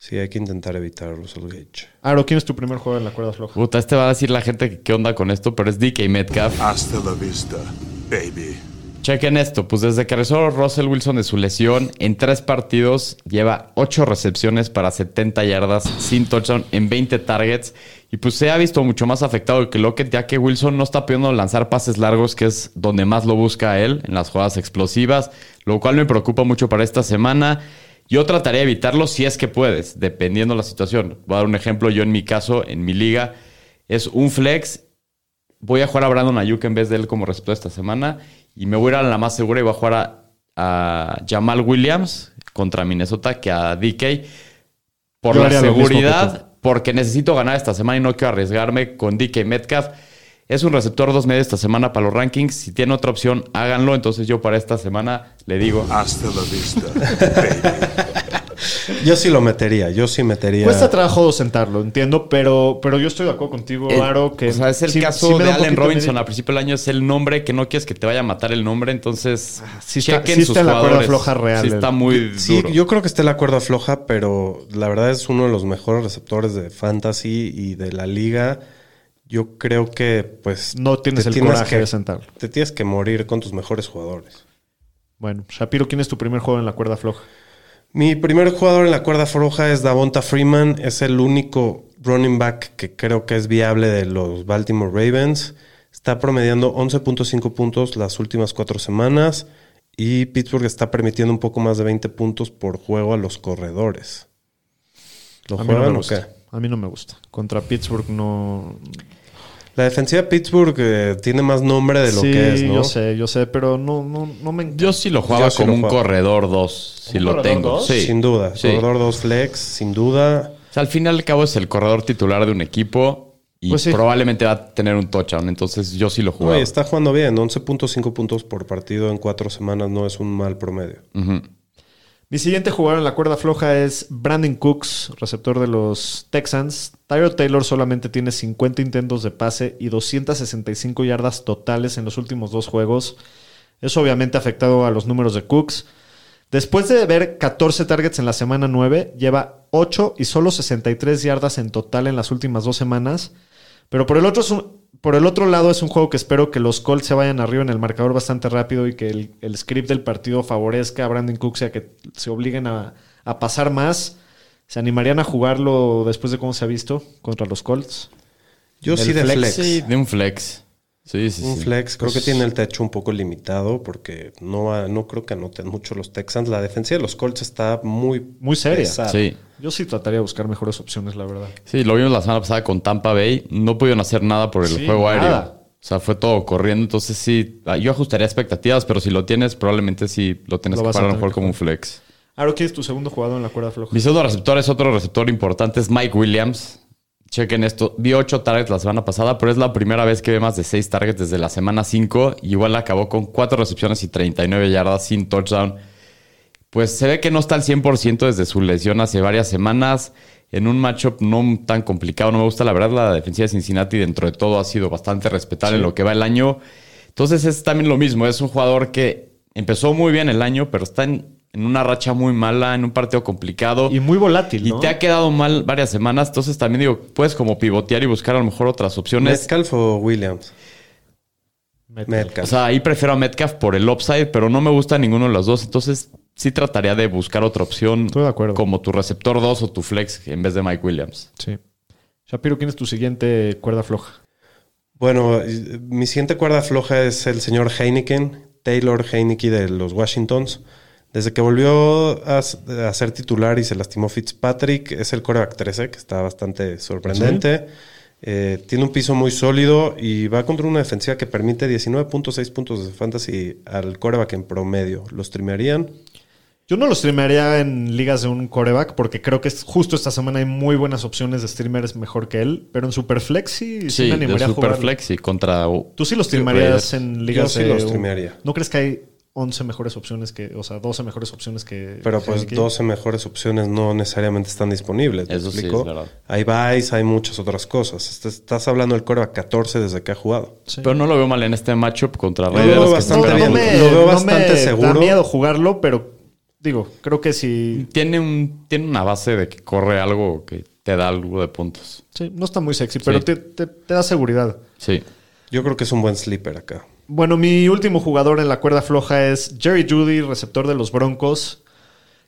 [SPEAKER 2] Sí, hay que intentar evitar los Gage.
[SPEAKER 1] Aro, ¿quién es tu primer jugador en la cuerda floja?
[SPEAKER 3] Puta, este va a decir la gente que qué onda con esto, pero es DK Metcalf.
[SPEAKER 8] Hasta la vista, baby.
[SPEAKER 3] Chequen esto, pues desde que regresó Russell Wilson de su lesión, en tres partidos lleva ocho recepciones para 70 yardas sin touchdown en 20 targets. Y pues se ha visto mucho más afectado que Lockett, ya que Wilson no está pudiendo lanzar pases largos, que es donde más lo busca a él, en las jugadas explosivas, lo cual me preocupa mucho para esta semana. Yo trataría de evitarlo si es que puedes, dependiendo la situación. Voy a dar un ejemplo, yo en mi caso, en mi liga, es un flex voy a jugar a Brandon Ayuk en vez de él como receptor esta semana. Y me voy a ir a la más segura y voy a jugar a, a Jamal Williams contra Minnesota que a DK. Por
[SPEAKER 1] Yo
[SPEAKER 3] la
[SPEAKER 1] haría lo mismo que
[SPEAKER 3] seguridad, porque necesito ganar esta semana y no quiero arriesgarme con DK Metcalf. Es un receptor dos medios esta semana para los rankings. Si tiene otra opción, háganlo. Entonces yo para esta semana le digo.
[SPEAKER 1] Ah,
[SPEAKER 8] Hasta la vista, baby.
[SPEAKER 2] Yo sí lo metería, yo sí metería.
[SPEAKER 1] Cuesta trabajo sentarlo, entiendo, pero, pero yo estoy de acuerdo contigo,
[SPEAKER 3] eh,
[SPEAKER 1] Aro, que...
[SPEAKER 3] o sea, es el
[SPEAKER 1] sí-
[SPEAKER 3] caso
[SPEAKER 1] sí me
[SPEAKER 3] de Allen
[SPEAKER 1] da un poquito de
[SPEAKER 3] Robinson.
[SPEAKER 1] miedo.
[SPEAKER 3] A principio del año es el nombre que no quieres que te vaya a matar el nombre. Entonces,
[SPEAKER 1] Ah, sí está-
[SPEAKER 3] chequen
[SPEAKER 1] sí
[SPEAKER 3] sus
[SPEAKER 1] está en la cuerda
[SPEAKER 3] jugadores.
[SPEAKER 1] floja real,
[SPEAKER 3] Sí está
[SPEAKER 1] el-
[SPEAKER 3] muy
[SPEAKER 2] Sí,
[SPEAKER 3] duro.
[SPEAKER 2] yo creo que está la cuerda floja, pero la verdad es uno de los mejores receptores de fantasy y de la liga. Yo creo que, pues.
[SPEAKER 1] No tienes
[SPEAKER 2] te
[SPEAKER 1] el coraje de sentarlo.
[SPEAKER 2] Te tienes que morir con tus mejores jugadores.
[SPEAKER 1] Bueno, Shapiro, ¿quién es tu primer jugador en la cuerda floja?
[SPEAKER 2] Mi primer jugador en la cuerda floja es Davonta Freeman. Es el único running back que creo que es viable de los Baltimore Ravens. Está promediando 11.5 puntos las últimas cuatro semanas. Y Pittsburgh está permitiendo un poco más de 20 puntos por juego a los corredores. ¿Lo
[SPEAKER 1] A mí no
[SPEAKER 2] juegan
[SPEAKER 1] me
[SPEAKER 2] o qué?
[SPEAKER 1] gusta. A mí no me gusta. Contra Pittsburgh no...
[SPEAKER 2] La defensiva de Pittsburgh eh, tiene más nombre de lo
[SPEAKER 1] sí,
[SPEAKER 2] que es, ¿no?
[SPEAKER 1] yo sé, yo sé, pero no, no, no me...
[SPEAKER 3] Yo sí lo jugaba
[SPEAKER 2] Yo sí
[SPEAKER 3] como
[SPEAKER 2] lo
[SPEAKER 3] un
[SPEAKER 2] jugaba.
[SPEAKER 3] corredor 2, si
[SPEAKER 1] ¿Un
[SPEAKER 3] lo
[SPEAKER 1] corredor
[SPEAKER 3] tengo.
[SPEAKER 1] dos?
[SPEAKER 3] Sí.
[SPEAKER 2] Sin duda.
[SPEAKER 3] Sí.
[SPEAKER 2] Corredor 2 flex, sin duda.
[SPEAKER 3] O sea, al final y al cabo es el corredor titular de un equipo y
[SPEAKER 1] Pues sí.
[SPEAKER 3] probablemente va a tener un touchdown. Entonces yo sí lo jugaba.
[SPEAKER 2] Oye, está jugando bien. 11.5 puntos por partido en cuatro semanas no es un mal promedio.
[SPEAKER 3] Ujú.
[SPEAKER 1] Mi siguiente jugador en la cuerda floja es Brandon Cooks, receptor de los Texans. Tyro Taylor solamente tiene 50 intentos de pase y 265 yardas totales en los últimos dos juegos. Eso obviamente ha afectado a los números de Cooks. Después de ver 14 targets en la semana 9, lleva 8 y solo 63 yardas en total en las últimas dos semanas. Pero por el otro, es un- por el otro lado es un juego que espero que los Colts se vayan arriba en el marcador bastante rápido y que el, el script del partido favorezca a Brandon Cooks y a que se obliguen a, a pasar más. ¿Se animarían a jugarlo después de cómo se ha visto contra los Colts?
[SPEAKER 2] Yo
[SPEAKER 3] Del
[SPEAKER 2] sí de flex.
[SPEAKER 3] Sí, de un flex. Sí, sí,
[SPEAKER 2] Un
[SPEAKER 3] sí.
[SPEAKER 2] flex, creo que tiene el techo un poco limitado porque no, ha- no creo que anoten mucho los Texans. La defensa de los Colts está muy,
[SPEAKER 1] Muy seria.
[SPEAKER 2] pesada.
[SPEAKER 3] Sí.
[SPEAKER 1] Yo sí trataría de buscar mejores opciones, la verdad.
[SPEAKER 3] Sí, lo vimos la semana pasada con Tampa Bay. No pudieron hacer nada por el
[SPEAKER 1] Sí,
[SPEAKER 3] juego
[SPEAKER 1] nada.
[SPEAKER 3] aéreo. O sea, fue todo corriendo. Entonces sí, ah, yo ajustaría expectativas, pero si lo tienes, probablemente sí lo tienes
[SPEAKER 1] Lo
[SPEAKER 3] que
[SPEAKER 1] vas a
[SPEAKER 3] jugar a lo
[SPEAKER 1] tener
[SPEAKER 3] mejor
[SPEAKER 1] que
[SPEAKER 3] como un flex.
[SPEAKER 1] Aro, ¿quién es tu segundo jugador en la cuerda floja?
[SPEAKER 3] Mi segundo receptor es otro receptor importante, es Mike Williams. Chequen esto, dio 8 targets la semana pasada, pero es la primera vez que ve más de 6 targets desde la semana 5. Igual acabó con 4 recepciones y 39 yardas sin touchdown. Pues se ve que no está al 100% desde su lesión hace varias semanas. En un matchup no tan complicado, no me gusta la verdad. La defensiva de Cincinnati, dentro de todo, ha sido bastante respetable en lo que va el año. Entonces es también lo mismo. Es un jugador que empezó muy bien el año, pero está en, en una racha muy mala, en un partido complicado.
[SPEAKER 1] Y muy volátil,
[SPEAKER 3] Y
[SPEAKER 1] ¿no?
[SPEAKER 3] te ha quedado mal varias semanas, entonces también digo, puedes como pivotear y buscar a lo mejor otras opciones.
[SPEAKER 2] ¿Metcalf o Williams?
[SPEAKER 1] Metcalf.
[SPEAKER 2] Metcalf.
[SPEAKER 3] O sea, ahí prefiero a Metcalf por el upside, pero no me gusta ninguno de los dos, entonces sí trataría de buscar otra opción
[SPEAKER 1] Estoy de acuerdo.
[SPEAKER 3] como tu receptor 2 o tu flex en vez de Mike Williams.
[SPEAKER 1] Sí. Shapiro, ¿quién es tu siguiente cuerda floja?
[SPEAKER 2] Bueno, y- mi siguiente cuerda floja es el señor Heineken, Taylor Heineken de los Washingtons. Desde que volvió a, s- a ser titular y se lastimó Fitzpatrick, es el coreback 13, que está bastante sorprendente. Eh, tiene un piso muy sólido y va contra una defensiva que permite 19.6 puntos de fantasy al coreback en promedio. ¿Los trimearían?
[SPEAKER 1] Yo no lo streamearía en ligas de un coreback porque creo que es- justo esta semana hay muy buenas opciones de streamers mejor que él, pero en Superflex sí, sí,
[SPEAKER 3] Sí,
[SPEAKER 1] me
[SPEAKER 3] de
[SPEAKER 1] animaría a jugar.
[SPEAKER 3] Superflex y contra... este,
[SPEAKER 1] Tú sí los streamearías
[SPEAKER 3] Raiders.
[SPEAKER 1] en ligas
[SPEAKER 2] Yo sí
[SPEAKER 1] de
[SPEAKER 2] lo
[SPEAKER 1] un-
[SPEAKER 2] streamearía.
[SPEAKER 1] ¿No crees que hay 11 mejores opciones que, o sea, 12 mejores opciones que
[SPEAKER 2] Pero pues
[SPEAKER 1] Heineken?
[SPEAKER 2] 12 mejores opciones no necesariamente están disponibles. ¿me
[SPEAKER 3] Eso sí,
[SPEAKER 2] explico?
[SPEAKER 3] es verdad.
[SPEAKER 2] Hay buys, hay muchas otras cosas. Est- Estás hablando del coreback 14 desde que ha jugado.
[SPEAKER 1] Sí.
[SPEAKER 3] Pero no lo veo mal en este matchup contra
[SPEAKER 2] lo veo
[SPEAKER 3] Raiders. que
[SPEAKER 2] bastante
[SPEAKER 3] esperan
[SPEAKER 2] bien.
[SPEAKER 3] mucho.
[SPEAKER 2] Lo veo bastante
[SPEAKER 1] Da
[SPEAKER 2] seguro.
[SPEAKER 1] miedo jugarlo, pero Digo, creo que sí.
[SPEAKER 3] Tiene, un, tiene una base de que corre algo que te da algo de puntos.
[SPEAKER 1] sí, no está muy sexy, pero
[SPEAKER 3] Sí.
[SPEAKER 1] te, te- te da seguridad.
[SPEAKER 3] Sí.
[SPEAKER 2] Yo creo que es un buen sleeper acá.
[SPEAKER 1] Bueno, mi último jugador en la cuerda floja es Jerry Judy, receptor de los Broncos.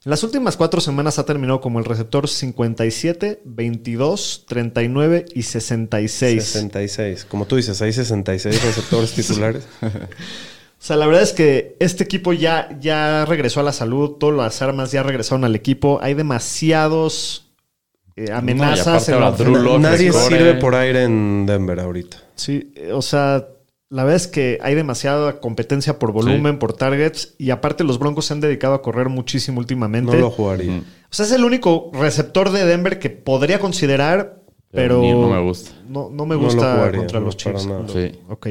[SPEAKER 1] En las últimas cuatro semanas ha terminado como el receptor 57, 22, 39 y 66.
[SPEAKER 2] 66. Como tú dices, hay 66 receptores titulares.
[SPEAKER 1] O sea, la verdad es que este equipo ya, ya regresó a la salud, todas las armas ya regresaron al equipo. Hay demasiados eh,
[SPEAKER 3] No, y
[SPEAKER 1] amenazas
[SPEAKER 3] aparte
[SPEAKER 1] en la
[SPEAKER 3] ahora Drew
[SPEAKER 1] ofensiva.
[SPEAKER 3] Lock
[SPEAKER 2] Nadie
[SPEAKER 3] recorre.
[SPEAKER 2] sirve por aire en Denver ahorita.
[SPEAKER 1] Sí, eh, o sea, la verdad es que hay demasiada competencia por volumen, por targets, y aparte los Broncos se han dedicado a correr muchísimo últimamente.
[SPEAKER 2] No lo jugaría.
[SPEAKER 1] O sea, es el único receptor de Denver que podría considerar,
[SPEAKER 3] Pero
[SPEAKER 1] pero.
[SPEAKER 3] ni- no me gusta.
[SPEAKER 1] No, no me
[SPEAKER 2] No lo
[SPEAKER 1] gusta
[SPEAKER 2] jugaría,
[SPEAKER 1] contra
[SPEAKER 2] no,
[SPEAKER 1] los
[SPEAKER 2] para
[SPEAKER 1] Chiefs.
[SPEAKER 2] nada.
[SPEAKER 3] Sí.
[SPEAKER 1] Ok.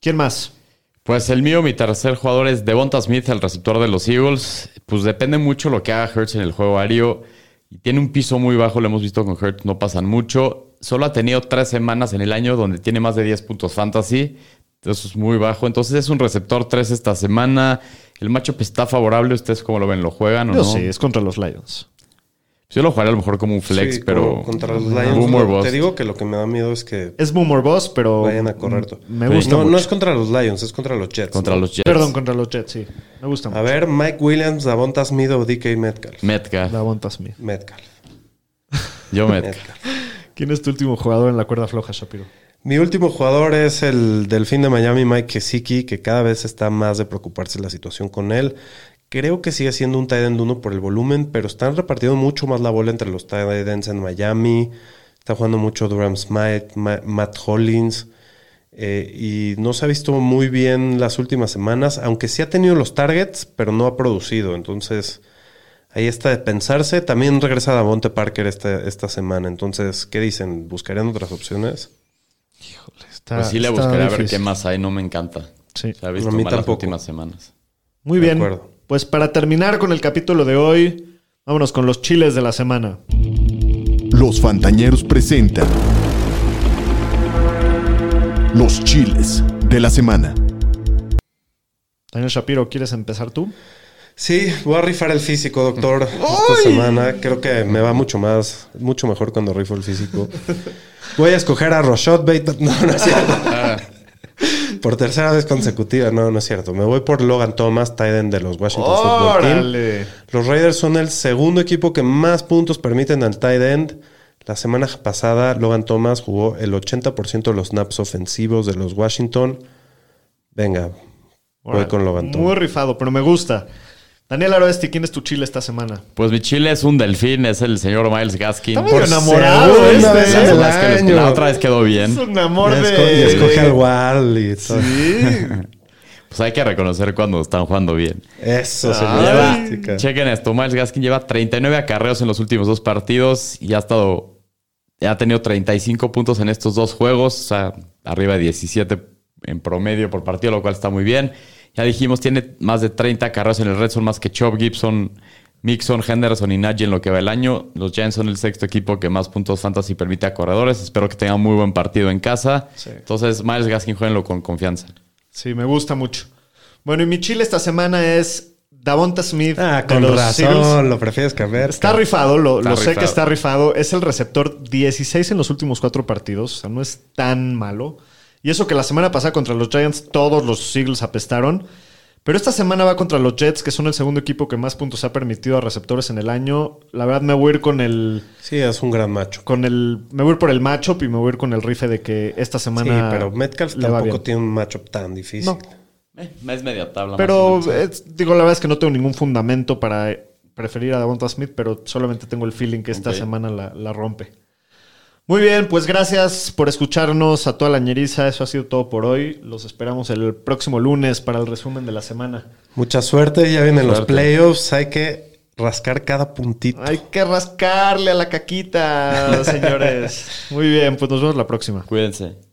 [SPEAKER 1] ¿Quién más?
[SPEAKER 3] Pues el mío, mi tercer jugador es Devonta Smith, el receptor de los Eagles. Pues depende mucho lo que haga Hurts en el juego aéreo. Y tiene un piso muy bajo, lo hemos visto con Hurts, no pasan mucho. Solo ha tenido tres semanas en el año donde tiene más de 10 puntos fantasy. Eso es muy bajo. Entonces es un receptor 3 esta semana. El matchup está favorable. ¿Ustedes cómo lo ven? ¿Lo juegan o
[SPEAKER 1] Yo
[SPEAKER 3] no?
[SPEAKER 1] sí, es contra los Lions.
[SPEAKER 3] Yo lo jugaría a lo mejor como un flex,
[SPEAKER 2] Sí,
[SPEAKER 3] pero.
[SPEAKER 2] como Contra los Lions.
[SPEAKER 3] Boom or
[SPEAKER 2] lo-
[SPEAKER 3] bust.
[SPEAKER 2] Te digo que lo que me da miedo es que
[SPEAKER 1] Es Boom or Bust, pero.
[SPEAKER 2] vayan a correr. todo.
[SPEAKER 1] Me
[SPEAKER 3] Sí.
[SPEAKER 1] gusta.
[SPEAKER 2] No,
[SPEAKER 1] mucho.
[SPEAKER 2] no es contra los Lions, es contra los Jets.
[SPEAKER 3] Contra los Jets.
[SPEAKER 1] Perdón, contra los Jets, sí. Me gusta
[SPEAKER 2] A
[SPEAKER 1] mucho.
[SPEAKER 2] ver, Mike Williams, Davonta Smith o DK Metcalf.
[SPEAKER 3] Metcalf.
[SPEAKER 1] Davonta Smith.
[SPEAKER 2] Metcalf.
[SPEAKER 3] Yo Metcalf.
[SPEAKER 2] Metcalf.
[SPEAKER 1] ¿Quién es tu último jugador en la cuerda floja, Shapiro?
[SPEAKER 2] Mi último jugador es el delfín de Miami, Mike Gesicki, que cada vez está más de preocuparse la situación con él. Creo que sigue siendo un tight end uno por el volumen, pero están repartiendo mucho más la bola entre los tight ends en Miami. Está jugando mucho Durham Smith, Ma- Matt Hollins. eh, y no se ha visto muy bien las últimas semanas, aunque sí ha tenido los targets, pero no ha producido. Entonces, ahí está de pensarse. También regresa Davonte Parker esta, esta semana. Entonces, ¿qué dicen? ¿Buscarían otras opciones?
[SPEAKER 1] Está-
[SPEAKER 3] Pues sí le
[SPEAKER 1] Ah, está
[SPEAKER 3] buscaré a ver
[SPEAKER 1] difícil.
[SPEAKER 3] qué más hay. No me encanta.
[SPEAKER 1] Sí.
[SPEAKER 3] Se ha visto
[SPEAKER 2] A mí
[SPEAKER 3] mal las
[SPEAKER 2] tampoco.
[SPEAKER 3] últimas semanas.
[SPEAKER 1] Muy
[SPEAKER 2] De
[SPEAKER 1] bien.
[SPEAKER 2] acuerdo.
[SPEAKER 1] Pues para terminar con el capítulo de hoy, vámonos con los chiles de la semana.
[SPEAKER 4] Los Fantañeros presentan Los chiles de la semana.
[SPEAKER 1] Daniel Shapiro, ¿quieres empezar tú?
[SPEAKER 2] Sí, voy a rifar el físico, doctor, esta semana. Creo que me va mucho más, mucho mejor cuando rifo el físico. Voy a escoger a Roshot Bateman. No, no es cierto. por tercera vez consecutiva. No, no es cierto. Me voy por Logan Thomas, tight end de los Washington Football Team. Los Raiders son el segundo equipo que más puntos permiten al tight end. La semana pasada, Logan Thomas jugó el 80% de los snaps ofensivos de los Washington. Venga, voy
[SPEAKER 1] Órale.
[SPEAKER 2] con Logan Thomas.
[SPEAKER 1] Muy rifado, pero me gusta. Daniel Aroesti, ¿quién es tu chile esta semana?
[SPEAKER 3] Pues mi chile es un delfín, es el señor Miles Gaskin.
[SPEAKER 1] Está muy
[SPEAKER 3] Por-
[SPEAKER 1] enamorado
[SPEAKER 2] segunda
[SPEAKER 1] este,
[SPEAKER 2] vez
[SPEAKER 1] ¿eh?
[SPEAKER 2] en
[SPEAKER 3] la,
[SPEAKER 2] el
[SPEAKER 3] verdad es que
[SPEAKER 2] año.
[SPEAKER 3] la otra vez quedó bien.
[SPEAKER 1] Es un amor
[SPEAKER 2] Y
[SPEAKER 1] de...
[SPEAKER 2] esco- y escoge al Wall y todo.
[SPEAKER 3] Pues hay que reconocer cuando están jugando bien.
[SPEAKER 2] Eso se
[SPEAKER 3] Lleva-
[SPEAKER 2] me gusta.
[SPEAKER 3] chequen esto, Miles Gaskin lleva 39 acarreos en los últimos dos partidos y ha estado ha tenido 35 puntos en estos dos juegos, o sea, arriba de 17 en promedio por partido, lo cual está muy bien. Ya dijimos, tiene más de 30 acarreos en el Red Zone, más que Chop Gibson, Mixon, Henderson y Nagy en lo que va el año. Los Giants son el sexto equipo que más puntos fantasy permite a corredores. Espero que tengan muy buen partido en casa. Entonces, Miles Gaskin, jueguenlo con confianza.
[SPEAKER 1] Sí, me gusta mucho. Bueno, y mi chile esta semana es Davonta Smith.
[SPEAKER 2] Ah,
[SPEAKER 1] de
[SPEAKER 2] con
[SPEAKER 1] los
[SPEAKER 2] razón,
[SPEAKER 1] Seagulls.
[SPEAKER 2] lo prefieres que a ver.
[SPEAKER 1] Está rifado, lo,
[SPEAKER 3] Está
[SPEAKER 1] lo sé
[SPEAKER 3] rifado.
[SPEAKER 1] que está rifado. Es el receptor 16 en los últimos cuatro partidos. O sea, no es tan malo. Y eso que la semana pasada contra los Giants todos los Eagles apestaron. Pero esta semana va contra los Jets, que son el segundo equipo que más puntos ha permitido a receptores en el año. La verdad me voy a ir con el...
[SPEAKER 2] Sí, es un gran macho.
[SPEAKER 1] Con el me voy a ir por el matchup y me voy a ir con el rife de que esta
[SPEAKER 2] Sí,
[SPEAKER 1] semana.
[SPEAKER 2] pero Metcalf
[SPEAKER 1] le va
[SPEAKER 2] tampoco
[SPEAKER 1] bien.
[SPEAKER 2] tiene un macho tan difícil.
[SPEAKER 1] No.
[SPEAKER 3] Eh, es media tabla.
[SPEAKER 1] Pero eh, es- digo, la verdad es que no tengo ningún fundamento para eh, preferir a Davonta Smith, pero solamente tengo el feeling que esta
[SPEAKER 3] Ok.
[SPEAKER 1] semana la, la rompe. Muy bien, pues gracias por escucharnos a toda la ñeriza. Eso ha sido todo por hoy. Los esperamos el próximo lunes para el resumen de la semana.
[SPEAKER 2] Mucha suerte, ya vienen los
[SPEAKER 3] Suerte.
[SPEAKER 2] playoffs. Hay que rascar cada puntito.
[SPEAKER 1] Hay que rascarle a la caquita, señores. Muy bien, pues nos vemos la próxima.
[SPEAKER 3] Cuídense.